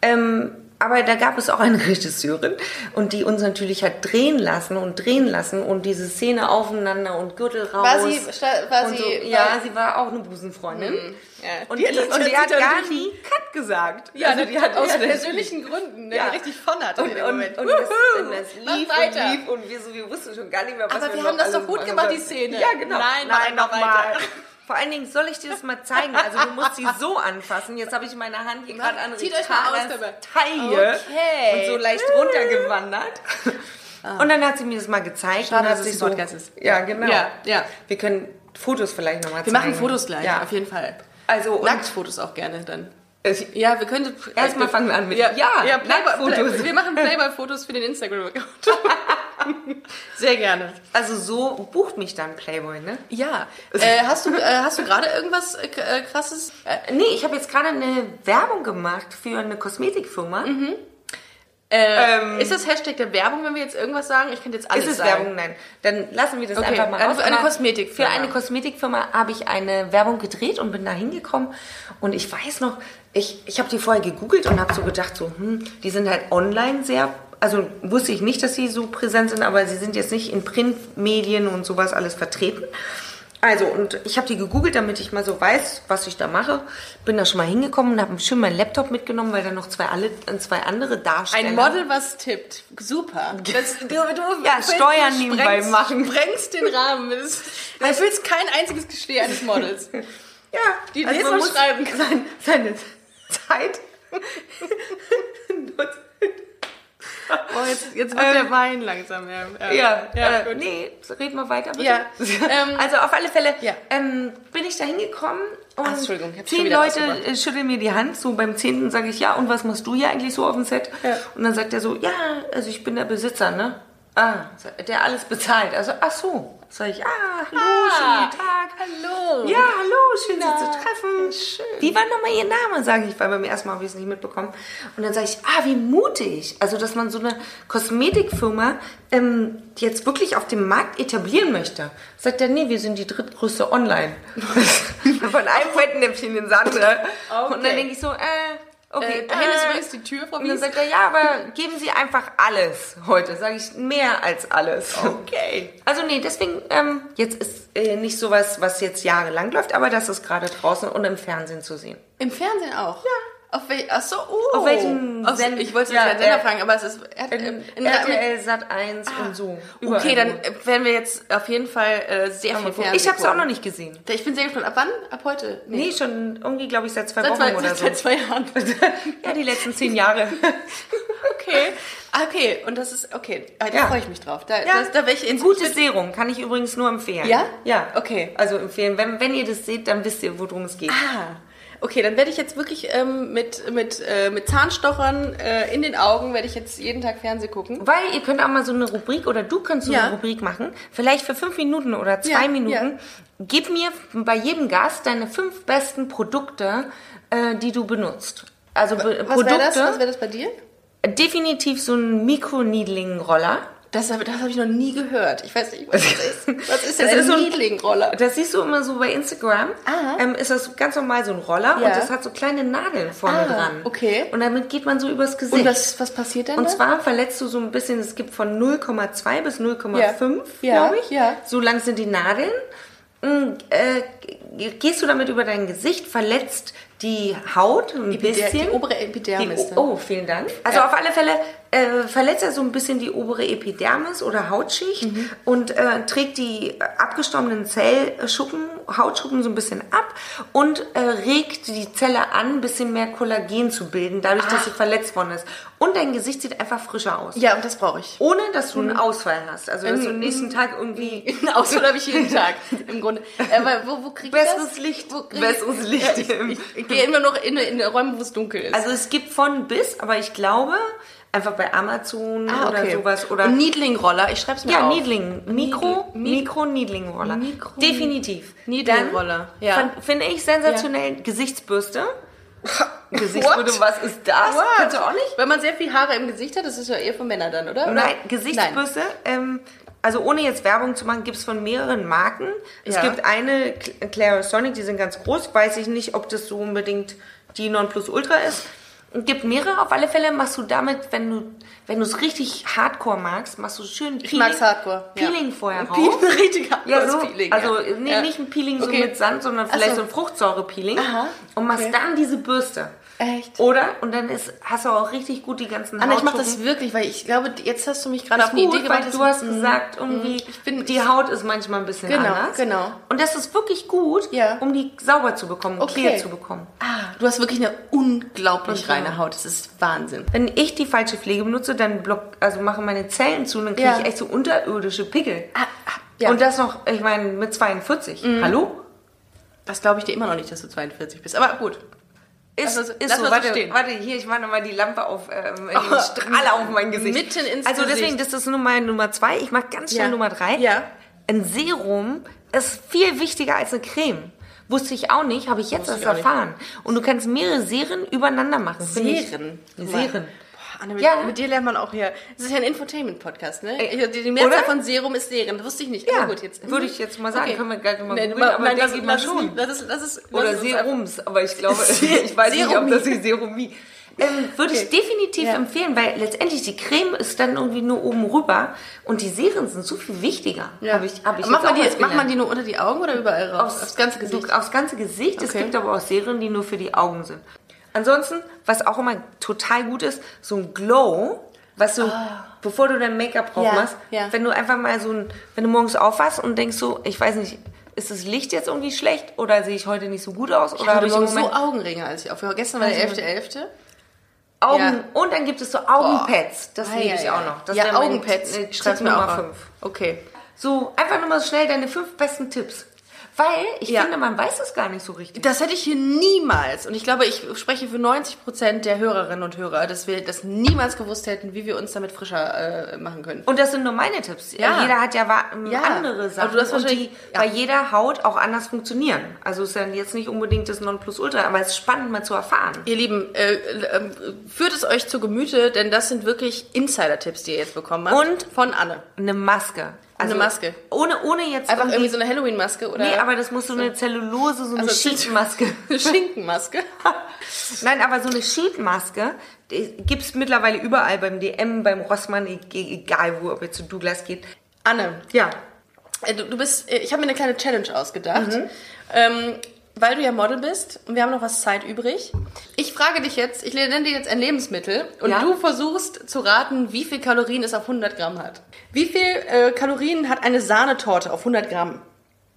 Speaker 3: Ähm, aber da gab es auch eine <laughs> Regisseurin und die uns natürlich hat drehen lassen und drehen lassen und diese Szene aufeinander und Gürtel raus.
Speaker 2: War sie- sta- war
Speaker 3: und
Speaker 2: sie-
Speaker 3: so,
Speaker 2: war-
Speaker 3: ja, sie war auch eine Busenfreundin.
Speaker 2: ja.
Speaker 3: <laughs> Und
Speaker 2: Die
Speaker 3: die,
Speaker 2: hat das-
Speaker 3: und die
Speaker 2: hat
Speaker 3: hat
Speaker 2: sie
Speaker 3: gar
Speaker 2: natürlich-
Speaker 3: nie Cut gesagt.
Speaker 2: Ja,
Speaker 3: Also
Speaker 2: die hat aus
Speaker 3: die
Speaker 2: persönlichen Gründen, ne,
Speaker 3: Ja.
Speaker 2: die richtig von hat
Speaker 3: und,
Speaker 2: in
Speaker 3: und,
Speaker 2: dem Moment.
Speaker 3: und, das,
Speaker 2: Wuhu!
Speaker 3: und das
Speaker 2: Mach
Speaker 3: lief
Speaker 2: weiter.
Speaker 3: und lief und wir, so, wir wussten schon gar nicht mehr, was
Speaker 2: Aber wir
Speaker 3: noch
Speaker 2: haben das
Speaker 3: alles
Speaker 2: doch gut
Speaker 3: machen
Speaker 2: gemacht, die
Speaker 3: sollten.
Speaker 2: Szene.
Speaker 3: Ja, genau.
Speaker 2: Nein, mach
Speaker 3: noch
Speaker 2: weiter.
Speaker 3: mal. <laughs> Vor allen Dingen soll ich dir das mal zeigen. Also du musst sie so anfassen. Jetzt habe ich meine Hand hier gerade an
Speaker 2: zieht euch mal aus
Speaker 3: Ricardas
Speaker 2: dabei.
Speaker 3: Taille
Speaker 2: Okay. Ah.
Speaker 3: und so leicht runtergewandert. Und dann hat sie mir das mal gezeigt.
Speaker 2: Schade,
Speaker 3: und hat
Speaker 2: dass es
Speaker 3: sich
Speaker 2: ein
Speaker 3: so,
Speaker 2: Podcast ist.
Speaker 3: Ja, genau.
Speaker 2: Ja, ja.
Speaker 3: Wir können Fotos vielleicht nochmal
Speaker 2: Wir
Speaker 3: zeigen.
Speaker 2: machen Fotos gleich,
Speaker 3: Ja.
Speaker 2: auf jeden Fall.
Speaker 3: Also, und- äh,
Speaker 2: Nacktfotos auch gerne dann.
Speaker 3: Es-
Speaker 2: Ja, wir können
Speaker 3: <laughs> Erstmal fangen wir an mit-
Speaker 2: ja, ja,
Speaker 3: ja,
Speaker 2: Playboy,
Speaker 3: Nacktfotos.
Speaker 2: Play, wir machen Playboy-Fotos für den
Speaker 3: <laughs>
Speaker 2: Instagram-Account. <laughs> Sehr gerne.
Speaker 3: Also so bucht mich dann Playboy, ne?
Speaker 2: Ja, äh, hast du äh, hast du gerade irgendwas äh, k- äh, krasses?
Speaker 3: Äh, nee, ich habe jetzt gerade eine Werbung gemacht für eine Kosmetikfirma.
Speaker 2: Äh, ist das Hashtag der Werbung, wenn wir jetzt irgendwas sagen? Ich könnte jetzt alles
Speaker 3: Ähm. Ist es
Speaker 2: sagen.
Speaker 3: Werbung? Nein. Dann lassen wir das
Speaker 2: Okay,
Speaker 3: einfach mal
Speaker 2: also für
Speaker 3: aus. Genau.
Speaker 2: eine
Speaker 3: Aber
Speaker 2: Kosmetikfirma.
Speaker 3: Für eine Kosmetikfirma habe ich eine Werbung gedreht und bin da hingekommen. Und ich weiß noch, ich, ich habe die vorher gegoogelt und habe so gedacht, so, hm, die sind halt online sehr, also wusste ich nicht, dass sie so präsent sind, aber sie sind jetzt nicht in Printmedien und sowas alles vertreten. Also, und ich habe die gegoogelt, damit ich mal so weiß, was ich da mache. Bin da schon mal hingekommen und habe schön meinen Laptop mitgenommen, weil da noch zwei, alle, äh, zwei andere Darsteller...
Speaker 2: Ein Model, was tippt.
Speaker 3: <laughs>
Speaker 2: Super. Das, du, du
Speaker 3: Genau. Ja,
Speaker 2: willst-
Speaker 3: Steuern
Speaker 2: du
Speaker 3: nebenbei
Speaker 2: sprengst-
Speaker 3: machen.
Speaker 2: Sprengst den Rahmen. Das
Speaker 3: <laughs>
Speaker 2: ist- Du erfüllst kein einziges Geschlecht eines Models.
Speaker 3: Ja,
Speaker 2: Die
Speaker 3: Also man
Speaker 2: lesen und
Speaker 3: muss
Speaker 2: schreiben.
Speaker 3: Sein, seine Zeit. nutzen. Ähm,
Speaker 2: Oh, jetzt, jetzt wird der Wein langsam. Ja,
Speaker 3: ja,
Speaker 2: ja,
Speaker 3: äh,
Speaker 2: gut.
Speaker 3: nee, so reden wir weiter. Bitte.
Speaker 2: Ja, ähm,
Speaker 3: <laughs> also auf alle Fälle
Speaker 2: ja.
Speaker 3: ähm, bin ich da hingekommen und
Speaker 2: Ah, Entschuldigung, ich hab's schon
Speaker 3: zehn
Speaker 2: wieder
Speaker 3: Leute
Speaker 2: rausgebracht.
Speaker 3: äh, schütteln mir die Hand. So beim zehnten sage ich, ja, und was machst du hier eigentlich so auf dem Set? Und dann sagt er so, ja, also ich bin der Besitzer, ne? Ah, der alles bezahlt. Also, ach so. Sag ich, ah, hallo, schönen guten Tag.
Speaker 2: Hallo.
Speaker 3: Ja, hallo, schön, Sie zu treffen. Wie war nochmal Ihr Name, sage ich, weil beim ersten Mal habe ich es nicht mitbekommen. Und dann sage ich, ah, wie mutig. Also, dass man so eine Kosmetikfirma ähm, die jetzt wirklich auf dem Markt etablieren möchte. Sagt er, nee, wir sind die drittgrößte online. Von einem Fettnäpfchen ins andere. Und dann denke ich so, äh, okay.
Speaker 2: Äh, da hinten ist
Speaker 3: äh.
Speaker 2: übrigens die Tür, Frau
Speaker 3: Und dann
Speaker 2: Wies.
Speaker 3: sagt er, ja, aber geben Sie einfach alles heute. Sage ich, mehr als alles.
Speaker 2: Okay.
Speaker 3: Also nee, deswegen, ähm, jetzt ist äh, nicht sowas, was jetzt jahrelang läuft, aber das ist gerade draußen und im Fernsehen zu sehen.
Speaker 2: Im Fernsehen auch? Ja. Auf welchem? Achso, oh.
Speaker 3: Auf welchem
Speaker 2: Auf,
Speaker 3: Send-
Speaker 2: ich wollte
Speaker 3: Ja,
Speaker 2: ja, den Sender
Speaker 3: äh,
Speaker 2: fragen, aber es ist. Er hat, ähm, in- Ah,
Speaker 3: RTL Sat 1 und so.
Speaker 2: okay,
Speaker 3: Überall
Speaker 2: dann
Speaker 3: nur.
Speaker 2: äh, werden wir jetzt auf jeden Fall äh, sehr viel Fernsehen.
Speaker 3: ich habe es auch
Speaker 2: gucken.
Speaker 3: noch nicht gesehen.
Speaker 2: Ich bin sehr gespannt. Ab wann? Ab heute?
Speaker 3: Nee, schon irgendwie, glaube ich, seit zwei
Speaker 2: Seit
Speaker 3: Wochen
Speaker 2: zwei,
Speaker 3: oder
Speaker 2: seit,
Speaker 3: so.
Speaker 2: seit zwei Jahren.
Speaker 3: <laughs> ja, die letzten zehn Jahre.
Speaker 2: <laughs> Okay. Ah, Okay, und das ist, okay, Ah, da
Speaker 3: Ja.
Speaker 2: freue ich mich drauf. Da, <laughs>
Speaker 3: Ja,
Speaker 2: das, da wäre ich in
Speaker 3: Gutes Serum kann ich übrigens nur empfehlen.
Speaker 2: Ja?
Speaker 3: Ja.
Speaker 2: Okay.
Speaker 3: Also empfehlen. Wenn, wenn ihr das seht, dann wisst ihr, worum es geht.
Speaker 2: Ah, okay, dann werde ich jetzt wirklich ähm, mit, mit, äh, mit Zahnstochern äh, in den Augen, werde ich jetzt jeden Tag Fernsehen gucken.
Speaker 3: Weil ihr könnt auch mal so eine Rubrik oder du kannst so
Speaker 2: Ja.
Speaker 3: eine Rubrik machen, vielleicht für fünf Minuten oder zwei
Speaker 2: Ja,
Speaker 3: Minuten.
Speaker 2: ja.
Speaker 3: Gib mir bei jedem Gast deine fünf besten Produkte, äh, die du benutzt. Also Be
Speaker 2: Was
Speaker 3: Produkte.
Speaker 2: wäre das? Was wäre das bei dir?
Speaker 3: Definitiv so ein Mikroneedling-Roller.
Speaker 2: Das, hab- das habe ich noch nie gehört. Ich weiß nicht, was das <laughs> ist. <laughs> Was
Speaker 3: <laughs>
Speaker 2: ist denn
Speaker 3: Das
Speaker 2: ein
Speaker 3: ist so ein-
Speaker 2: Niedlingroller?
Speaker 3: Das siehst du immer so bei Instagram. Ähm, ist das ganz normal so ein Roller
Speaker 2: Ja.
Speaker 3: und das hat so kleine Nadeln vorne
Speaker 2: Ah,
Speaker 3: dran.
Speaker 2: okay.
Speaker 3: Und damit geht man so übers Gesicht.
Speaker 2: Und was, was passiert denn
Speaker 3: Und
Speaker 2: da?
Speaker 3: zwar verletzt du so ein bisschen, es gibt von 0,2 bis 0,5,
Speaker 2: Ja,
Speaker 3: glaube ich.
Speaker 2: ja.
Speaker 3: So lang sind die Nadeln. Mm, Äh, g- gehst du damit über dein Gesicht, verletzt die Haut ein
Speaker 2: Der-
Speaker 3: bisschen.
Speaker 2: die obere Epidermis.
Speaker 3: Die-
Speaker 2: dann.
Speaker 3: oh, vielen Dank. Also auf alle Fälle äh, verletzt er so ein bisschen die obere Epidermis oder Hautschicht
Speaker 2: Mhm.
Speaker 3: und äh, trägt die äh, abgestorbenen Zellschuppen, Hautschuppen so ein bisschen ab und äh, regt die Zelle an, ein bisschen mehr Kollagen zu bilden, dadurch, dass sie verletzt worden ist. Und dein Gesicht sieht einfach frischer aus.
Speaker 2: Ah. Ja, Mhm. und das brauche ich.
Speaker 3: Ohne, dass du einen Ausfall hast. Also, dass du am nächsten Tag
Speaker 2: <laughs>
Speaker 3: irgendwie...
Speaker 2: Ausfall habe ich jeden Tag, im Grunde. Aber wo, wo kriege ich das?
Speaker 3: Besseres Licht.
Speaker 2: Wo krieg ich-
Speaker 3: Besseres Licht.
Speaker 2: Ich, ich, ich gehe immer noch in, in Räume, wo es dunkel ist.
Speaker 3: Also es gibt von bis, aber ich glaube, Einfach bei Amazon
Speaker 2: Ah, okay.
Speaker 3: oder sowas. Oder
Speaker 2: Und Niedlingroller, ich schreib's mir
Speaker 3: ja,
Speaker 2: auf.
Speaker 3: Niedling. Mikro, Mikro Niedlingroller.
Speaker 2: Mikro-
Speaker 3: Definitiv.
Speaker 2: Niedlingroller,
Speaker 3: Dann
Speaker 2: ja.
Speaker 3: fand- Finde ich sensationell.
Speaker 2: <laughs>
Speaker 3: Gesichtsbürste. Gesichtsbürste,
Speaker 2: What?
Speaker 3: was ist das?
Speaker 2: What?
Speaker 3: Kennst du auch nicht?
Speaker 2: Wenn man sehr viel Haare im Gesicht hat, das ist ja eher für Männer dann, oder?
Speaker 3: Nein,
Speaker 2: oder?
Speaker 3: Gesichtsbürste. Ähm, also ohne jetzt Werbung zu machen, gibt es von mehreren Marken. Es
Speaker 2: Ja.
Speaker 3: gibt eine, Cl- äh, Clarisonic, die sind ganz groß. Weiß ich nicht, ob das so unbedingt die Nonplusultra ist. Es gibt mehrere. Auf alle Fälle machst du damit, wenn du wenn du es richtig Hardcore magst, machst du schön Peeling,
Speaker 2: mag's Hardcore, ja.
Speaker 3: Peeling vorher rauf.
Speaker 2: <laughs> Peeling, richtig
Speaker 3: Ja,
Speaker 2: hardcore
Speaker 3: so,
Speaker 2: Peeling,
Speaker 3: also
Speaker 2: ja.
Speaker 3: nee,
Speaker 2: Ja.
Speaker 3: nicht ein Peeling so
Speaker 2: Okay.
Speaker 3: mit Sand, sondern
Speaker 2: Ach
Speaker 3: vielleicht
Speaker 2: so.
Speaker 3: so, ein Fruchtsäure-Peeling
Speaker 2: Aha,
Speaker 3: und machst
Speaker 2: okay.
Speaker 3: dann diese Bürste.
Speaker 2: Echt?
Speaker 3: Oder? Und dann ist, hast du auch richtig gut die ganzen
Speaker 2: Anna, ich mach
Speaker 3: Hautschuppen.
Speaker 2: das wirklich, weil ich glaube, jetzt hast du mich gerade
Speaker 3: Das
Speaker 2: auf
Speaker 3: ist
Speaker 2: eine
Speaker 3: gut,
Speaker 2: Idee gebracht.
Speaker 3: weil
Speaker 2: dass-
Speaker 3: du hast
Speaker 2: Mhm.
Speaker 3: gesagt, irgendwie,
Speaker 2: Ich bin-
Speaker 3: die Haut ist manchmal ein bisschen
Speaker 2: Genau,
Speaker 3: anders.
Speaker 2: genau.
Speaker 3: Und das ist wirklich gut,
Speaker 2: Ja.
Speaker 3: um die sauber zu bekommen,
Speaker 2: Okay.
Speaker 3: clear zu bekommen.
Speaker 2: Ah, du hast wirklich eine unglaublich reine Haut. Das ist Wahnsinn.
Speaker 3: Wenn ich die falsche Pflege benutze, dann block, also machen meine Zellen zu und dann kriege
Speaker 2: Ja. Ah,
Speaker 3: ich echt so unterirdische Pickel.
Speaker 2: ja. Mhm.
Speaker 3: Und das noch, ich meine, mit 42. Hallo?
Speaker 2: Das glaube ich dir immer noch nicht, dass du 42 bist. Aber gut.
Speaker 3: Ist,
Speaker 2: Lass uns-
Speaker 3: ist
Speaker 2: lass
Speaker 3: so,
Speaker 2: uns
Speaker 3: warte,
Speaker 2: stehen. Oh,
Speaker 3: warte, hier, ich mache nochmal die Lampe auf, ähm, den Strahler auf mein Gesicht.
Speaker 2: Mitten ins
Speaker 3: Also deswegen,
Speaker 2: Gesicht.
Speaker 3: das ist Nummer, Nummer zwei. Ich mache ganz schnell
Speaker 2: Ja.
Speaker 3: Nummer drei.
Speaker 2: Ja.
Speaker 3: Ein Serum ist viel wichtiger als eine Creme. Wusste ich auch nicht, habe ich jetzt erst
Speaker 2: ich auch nicht.
Speaker 3: erfahren. Und du kannst mehrere Serien übereinander machen. finde ich.
Speaker 2: Serien.
Speaker 3: Serien.
Speaker 2: Boah, Anna, mit,
Speaker 3: Ja.
Speaker 2: mit dir lernt man auch hier. Das ist ja ein Infotainment-Podcast, ne?
Speaker 3: Äh,
Speaker 2: Ich- die, die Mehrzahl
Speaker 3: oder?
Speaker 2: von Serum ist Serien. Das wusste ich nicht.
Speaker 3: Ja,
Speaker 2: Aber gut, jetzt.
Speaker 3: würde ich jetzt mal sagen. Können wir gleich mal
Speaker 2: Nein,
Speaker 3: googeln, aber
Speaker 2: nein,
Speaker 3: denke
Speaker 2: lass-
Speaker 3: ich mal
Speaker 2: lass es
Speaker 3: schon.
Speaker 2: nicht. Lass es, lass es, lass
Speaker 3: Oder
Speaker 2: es uns
Speaker 3: Serums, aber ich <laughs> glaube,
Speaker 2: Se-
Speaker 3: ich weiß nicht, ob das
Speaker 2: Serumie.
Speaker 3: die Serumie. Ähm, würde ich definitiv
Speaker 2: Ja.
Speaker 3: empfehlen, weil letztendlich die Creme ist dann irgendwie nur oben rüber und die Serien sind so viel wichtiger.
Speaker 2: Ja.
Speaker 3: Hab ich, hab ich
Speaker 2: mach,
Speaker 3: jetzt
Speaker 2: mal
Speaker 3: auch
Speaker 2: die,
Speaker 3: erst
Speaker 2: mach mal
Speaker 3: gelernt.
Speaker 2: die nur unter die Augen oder überall raus? Aufs ganze Gesicht.
Speaker 3: Du, aufs ganze Gesicht. Es
Speaker 2: Okay.
Speaker 3: gibt aber auch Serien, die nur für die Augen sind. Ansonsten, was auch immer total gut ist, so ein Glow, was du, bevor du dein Make-up drauf
Speaker 2: Ah. Ja,
Speaker 3: machst,
Speaker 2: ja.
Speaker 3: wenn du einfach mal so ein, wenn du morgens aufwachst und denkst so, ich weiß nicht, ist das Licht jetzt irgendwie schlecht oder sehe ich heute nicht so gut aus? Oder
Speaker 2: Oder
Speaker 3: habe
Speaker 2: habe
Speaker 3: ich im
Speaker 2: so
Speaker 3: Moment
Speaker 2: Augenringe, als ich aufgehört Gestern war der 11.11.
Speaker 3: Augen?
Speaker 2: ja.
Speaker 3: Und dann gibt es so Augenpads. Das liebe ich auch noch. Das
Speaker 2: ja,
Speaker 3: wäre mein-
Speaker 2: Augenpads.
Speaker 3: äh,
Speaker 2: Schreib
Speaker 3: Tipp
Speaker 2: mir
Speaker 3: Nummer
Speaker 2: auch
Speaker 3: fünf.
Speaker 2: fünf. Okay.
Speaker 3: So, einfach nur mal schnell deine fünf besten Tipps. Weil ich
Speaker 2: Ja.
Speaker 3: finde, man weiß es gar nicht so richtig.
Speaker 2: Das hätte ich hier niemals, und ich glaube, ich spreche für 90 Prozent der Hörerinnen und Hörer, dass wir das niemals gewusst hätten, wie wir uns damit frischer äh, machen können.
Speaker 3: Und das sind nur meine Tipps.
Speaker 2: Ja.
Speaker 3: Jeder hat ja, wa- ähm,
Speaker 2: Ja.
Speaker 3: andere Sachen,
Speaker 2: Aber du hast
Speaker 3: und
Speaker 2: wahrscheinlich-
Speaker 3: die
Speaker 2: ja.
Speaker 3: bei jeder Haut auch anders funktionieren. Also ist ja jetzt nicht unbedingt das Nonplusultra, aber es ist spannend mal zu erfahren.
Speaker 2: Ihr Lieben, äh, äh, führt es euch zu Gemüte, denn das sind wirklich Insider-Tipps, die ihr jetzt bekommen habt.
Speaker 3: Und?
Speaker 2: von Anne.
Speaker 3: Eine Maske. Also
Speaker 2: Eine Maske.
Speaker 3: Ohne, ohne jetzt
Speaker 2: Einfach irgendwie so eine Halloween-Maske oder
Speaker 3: Nee, aber das muss so eine Zellulose, so eine
Speaker 2: Also-
Speaker 3: Sheetmaske.
Speaker 2: <laughs> eine
Speaker 3: <laughs>
Speaker 2: Schinkenmaske.
Speaker 3: Nein, aber so eine Sheetmaske gibt es mittlerweile überall, beim DM, beim Rossmann, e- e- egal wo, ob ihr zu Douglas geht.
Speaker 2: Anne,
Speaker 3: Ja,
Speaker 2: Äh, Du, du bist, äh, ich habe mir eine kleine Challenge ausgedacht,
Speaker 3: Mhm.
Speaker 2: ähm, weil du ja Model bist und wir haben noch was Zeit übrig. Ich frage dich jetzt, ich nenne dir jetzt ein Lebensmittel und
Speaker 3: Ja.
Speaker 2: du versuchst zu raten, wie viel Kalorien es auf 100 Gramm hat. Wie viel äh, Kalorien hat eine Sahnetorte auf 100 Gramm?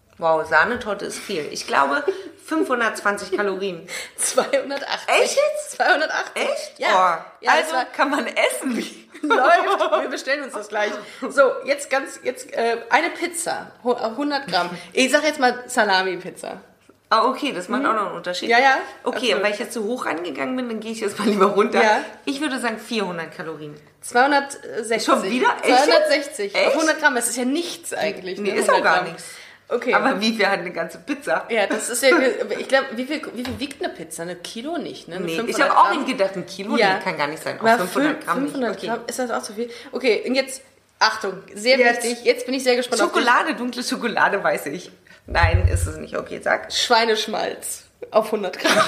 Speaker 2: <laughs>
Speaker 3: wow, Sahnetorte ist viel. Ich glaube 520 Kalorien.
Speaker 2: 280.
Speaker 3: Echt jetzt?
Speaker 2: 280.
Speaker 3: Echt?
Speaker 2: Ja.
Speaker 3: Oh,
Speaker 2: ja
Speaker 3: also
Speaker 2: das war,
Speaker 3: kann
Speaker 2: <laughs>
Speaker 3: man essen.
Speaker 2: läuft. Wir bestellen uns
Speaker 3: <laughs>
Speaker 2: das gleich. So, jetzt ganz, jetzt äh, eine Pizza, hu- auf 100 Gramm. Ich sage jetzt mal Salami-Pizza.
Speaker 3: Ah, okay, das macht auch noch einen Unterschied.
Speaker 2: Mhm. Ja, ja,
Speaker 3: Okay,
Speaker 2: absolut.
Speaker 3: weil ich jetzt so hoch angegangen bin, dann gehe ich jetzt mal lieber runter.
Speaker 2: Ja.
Speaker 3: Ich würde sagen 400 Kalorien.
Speaker 2: 260.
Speaker 3: Schon wieder? Echt jetzt?
Speaker 2: 260. Auf
Speaker 3: Echt?
Speaker 2: 100 Gramm, das ist ja nichts eigentlich.
Speaker 3: Nee,
Speaker 2: ne?
Speaker 3: ist auch
Speaker 2: 100
Speaker 3: gar
Speaker 2: Gramm.
Speaker 3: nichts.
Speaker 2: Okay.
Speaker 3: Aber wie viel hat eine ganze Pizza?
Speaker 2: ja, das ist ja,
Speaker 3: <laughs>
Speaker 2: ich glaube, wie viel, wie viel wiegt eine Pizza? Eine Kilo nicht, ne? Eine
Speaker 3: Nee, ich
Speaker 2: 500
Speaker 3: habe auch
Speaker 2: Gramm.
Speaker 3: nicht gedacht, ein Kilo
Speaker 2: Ja.
Speaker 3: nee, kann gar nicht sein. Auch
Speaker 2: Na,
Speaker 3: 500 Gramm.
Speaker 2: 500
Speaker 3: nicht. Okay.
Speaker 2: Gramm, ist das auch zu viel? Okay, und jetzt, Achtung, sehr
Speaker 3: Jetzt.
Speaker 2: wichtig, jetzt bin ich sehr gespannt auf
Speaker 3: Schokolade, dunkle Schokolade, weiß ich. Nein, ist es nicht. Okay, sag.
Speaker 2: dich. Schweineschmalz auf 100
Speaker 3: <laughs>
Speaker 2: Gramm.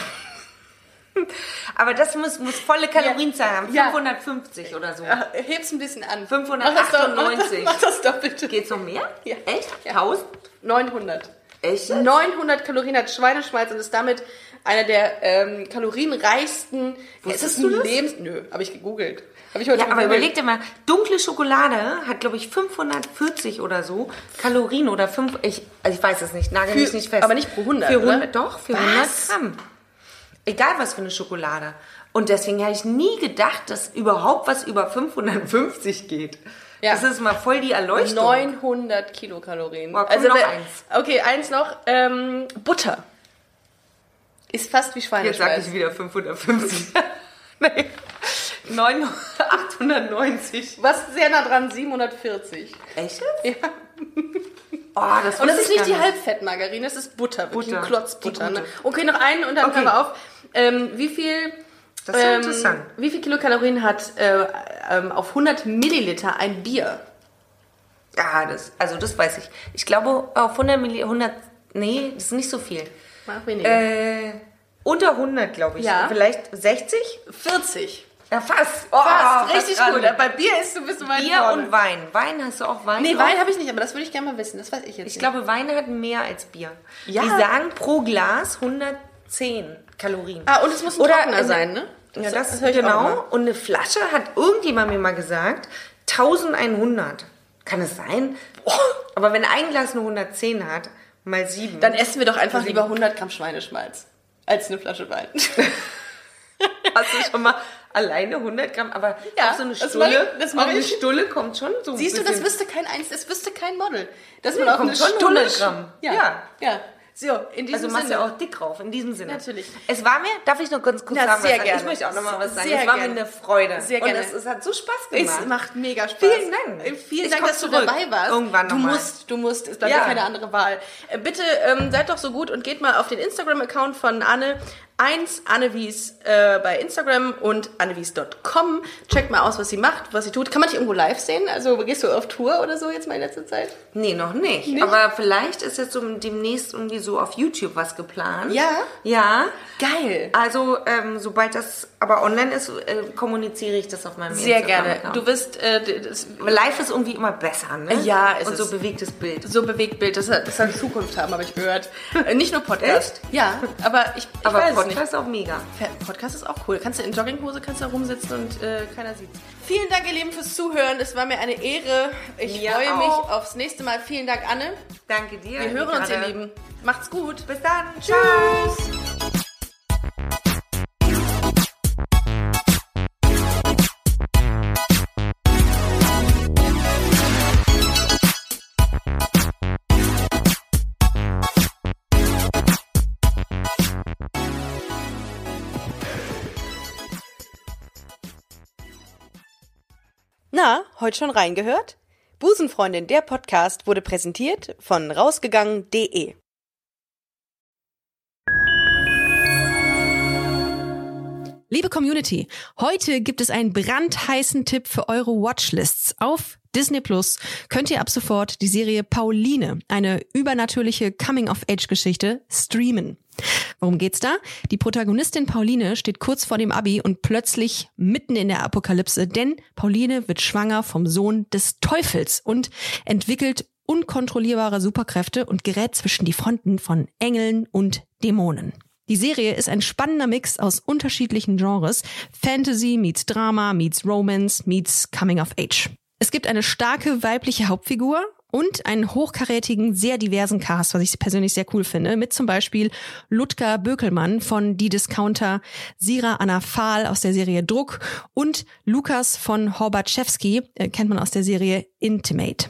Speaker 3: Aber das muss, muss volle Kalorienzahl haben.
Speaker 2: Ja.
Speaker 3: 550 oder so.
Speaker 2: Heb's ein bisschen an.
Speaker 3: 598.
Speaker 2: Mach das, doch- mach das doch bitte.
Speaker 3: Geht's um mehr?
Speaker 2: Ja.
Speaker 3: Echt?
Speaker 2: Ja.
Speaker 3: 1000?
Speaker 2: 900.
Speaker 3: Echt?
Speaker 2: 900 Kalorien hat Schweineschmalz und ist damit einer der ähm, kalorienreichsten.
Speaker 3: Wusstest
Speaker 2: es ist
Speaker 3: du
Speaker 2: ein
Speaker 3: das?
Speaker 2: Lebens... Nö, habe ich gegoogelt. Habe ich heute
Speaker 3: Ja, aber
Speaker 2: gegoogelt.
Speaker 3: überleg dir mal, dunkle Schokolade hat, glaube ich, 540 oder so Kalorien oder 5, ich, also ich weiß es nicht, nagel
Speaker 2: Für-
Speaker 3: mich nicht fest.
Speaker 2: aber nicht pro 100,
Speaker 3: Für
Speaker 2: oder?
Speaker 3: 100 Doch, für 100 Gramm. Egal was für eine Schokolade. Und deswegen habe ich nie gedacht, dass überhaupt was über 550 geht.
Speaker 2: Ja.
Speaker 3: Das ist mal voll die Erleuchtung.
Speaker 2: 900 Kilokalorien. Also
Speaker 3: Boah, komm, noch
Speaker 2: wer-
Speaker 3: eins.
Speaker 2: Okay, eins noch. Ähm, Butter. Ist fast wie
Speaker 3: Jetzt sage <laughs>
Speaker 2: Schweineschmalz.
Speaker 3: ich wieder 550. Nein. 900, oder 890.
Speaker 2: Was sehr nah dran, 740.
Speaker 3: Echt?
Speaker 2: Ja.
Speaker 3: Oh, das
Speaker 2: Und das
Speaker 3: wusste
Speaker 2: ist
Speaker 3: ich
Speaker 2: nicht
Speaker 3: gar
Speaker 2: die Halbfettmargarine, das ist Butter, wirklich
Speaker 3: Butter.
Speaker 2: ein Klotz Butter.
Speaker 3: Die
Speaker 2: Ne?
Speaker 3: gute.
Speaker 2: Okay, noch einen und dann
Speaker 3: Okay.
Speaker 2: hören wir auf. Ähm, wie viel...
Speaker 3: Das ist ja
Speaker 2: ähm,
Speaker 3: interessant.
Speaker 2: Wie viel Kilokalorien hat äh, ähm, auf 100 Milliliter ein Bier?
Speaker 3: Ja, das, also das weiß ich. Ich glaube, auf 100 Milli, 100, nee, das ist nicht so viel.
Speaker 2: Mach weniger.
Speaker 3: Äh, unter 100, glaube ich.
Speaker 2: Ja.
Speaker 3: Vielleicht 60?
Speaker 2: 40.
Speaker 3: Ja, fast. Oh,
Speaker 2: Fast, richtig
Speaker 3: dran.
Speaker 2: gut. Bei Bier ist du bist du weit
Speaker 3: Bier
Speaker 2: vorne.
Speaker 3: und Wein. Wein hast du auch Wein?
Speaker 2: Nee,
Speaker 3: drauf?
Speaker 2: Wein habe ich nicht, aber das würde ich gerne mal wissen. Das weiß ich jetzt
Speaker 3: Ich glaube, Wein hat mehr als Bier.
Speaker 2: Ja.
Speaker 3: Die sagen pro Glas 110 Kalorien.
Speaker 2: Ah, und es muss ein
Speaker 3: Oder
Speaker 2: Trockener
Speaker 3: eine-
Speaker 2: sein, ne?
Speaker 3: ja, das,
Speaker 2: höre ich auch
Speaker 3: genau.
Speaker 2: immer.
Speaker 3: Und eine Flasche hat irgendjemand mir mal gesagt, 1100. Kann es sein?
Speaker 2: Oh.
Speaker 3: Boah. Aber wenn ein Glas nur 110 hat, mal sieben.
Speaker 2: Dann essen wir doch einfach lieber 100 Gramm Schweineschmalz als eine Flasche <laughs> Wein.
Speaker 3: hast du schon mal alleine 100 Gramm, aber
Speaker 2: Ja,
Speaker 3: auf so eine
Speaker 2: das
Speaker 3: Stulle,
Speaker 2: mache ich- das mache
Speaker 3: auf eine
Speaker 2: ich.
Speaker 3: Stulle kommt schon so
Speaker 2: <laughs>
Speaker 3: ein
Speaker 2: Siehst du, das
Speaker 3: bisschen.
Speaker 2: wüsste kein eins, das wüsste kein Model. Dass
Speaker 3: Nee,
Speaker 2: man auch
Speaker 3: kommt
Speaker 2: eine
Speaker 3: schon
Speaker 2: Stunde
Speaker 3: 100 Gramm.
Speaker 2: Ja. ja.
Speaker 3: Ja.
Speaker 2: So, in diesem
Speaker 3: Also machst
Speaker 2: Sinne.
Speaker 3: du auch dick drauf, in diesem Sinne.
Speaker 2: Natürlich.
Speaker 3: Es war mir, darf ich noch ganz kurz
Speaker 2: Na,
Speaker 3: sagen,
Speaker 2: sehr
Speaker 3: was
Speaker 2: gerne.
Speaker 3: sagen? Ich möchte auch noch mal was sagen.
Speaker 2: Sehr
Speaker 3: es war
Speaker 2: gerne.
Speaker 3: mir eine Freude.
Speaker 2: Sehr gerne.
Speaker 3: Und es, es hat so Spaß gemacht.
Speaker 2: Es macht mega Spaß.
Speaker 3: Vielen Dank.
Speaker 2: Äh, Vielen
Speaker 3: Ich
Speaker 2: Dank,
Speaker 3: komm
Speaker 2: dass du
Speaker 3: zurück.
Speaker 2: dabei warst.
Speaker 3: Irgendwann
Speaker 2: du
Speaker 3: noch mal.
Speaker 2: musst, du musst. Es bleibt ja.
Speaker 3: Ja.
Speaker 2: keine andere Wahl. Äh, Bitte ähm, seid doch so gut und geht mal auf den Instagram-Account von Anne. 1 Annewies äh, bei Instagram und annewies.com. Checkt mal aus, was sie macht, was sie tut. Kann man dich irgendwo live sehen? Also gehst du auf Tour oder so jetzt mal in letzter Zeit?
Speaker 3: Nee, noch nicht. Aber vielleicht ist jetzt so demnächst irgendwie so auf YouTube was geplant.
Speaker 2: Ja?
Speaker 3: Ja.
Speaker 2: Geil.
Speaker 3: Also, ähm, sobald das aber online ist, äh, kommuniziere ich das auf meinem
Speaker 2: Sehr gerne.
Speaker 3: Instagram-Account.
Speaker 2: Du wirst äh, d- das,
Speaker 3: Live ist irgendwie immer besser, ne?
Speaker 2: Ja, es
Speaker 3: Und
Speaker 2: ist-
Speaker 3: so bewegtes Bild.
Speaker 2: so bewegt Bild, das, hat- das soll Zukunft haben, habe ich gehört. Äh, Nicht nur Podcast. Ja, aber ich, ich
Speaker 3: aber
Speaker 2: weiß es nicht.
Speaker 3: Podcast auch mega.
Speaker 2: Podcast ist auch cool. Kannst du in Jogginghose kannst du da rumsitzen und äh, keiner sieht's. Vielen Dank, ihr Lieben, fürs Zuhören. Es war mir eine Ehre. Ich
Speaker 3: Mir
Speaker 2: freue
Speaker 3: auch.
Speaker 2: mich aufs nächste Mal. Vielen Dank, Anne.
Speaker 3: Danke dir.
Speaker 2: Wir hören uns, ihr
Speaker 3: Gerade.
Speaker 2: Lieben. Macht's gut.
Speaker 3: Bis dann. Tschüss.
Speaker 6: Na, heute schon reingehört? Busenfreundin, der Podcast wurde präsentiert von rausgegangen.de. Liebe Community, heute gibt es einen brandheißen Tipp für eure Watchlists. Auf Disney Plus könnt ihr ab sofort die Serie Pauline, eine übernatürliche Coming-of-Age-Geschichte, streamen. Worum geht's da? Die Protagonistin Pauline steht kurz vor dem Abi und plötzlich mitten in der Apokalypse, denn Pauline wird schwanger vom Sohn des Teufels und entwickelt unkontrollierbare Superkräfte und gerät zwischen die Fronten von Engeln und Dämonen. Die Serie ist ein spannender Mix aus unterschiedlichen Genres. Fantasy meets Drama meets Romance meets Coming of Age. Es gibt eine starke weibliche Hauptfigur und einen hochkarätigen, sehr diversen Cast, was ich persönlich sehr cool finde, mit zum Beispiel Ludger Bökelmann von Die Discounter, Sira Anna Fahl aus der Serie Druck und Lukas von Horbatschewski, äh, kennt man aus der Serie Intimate.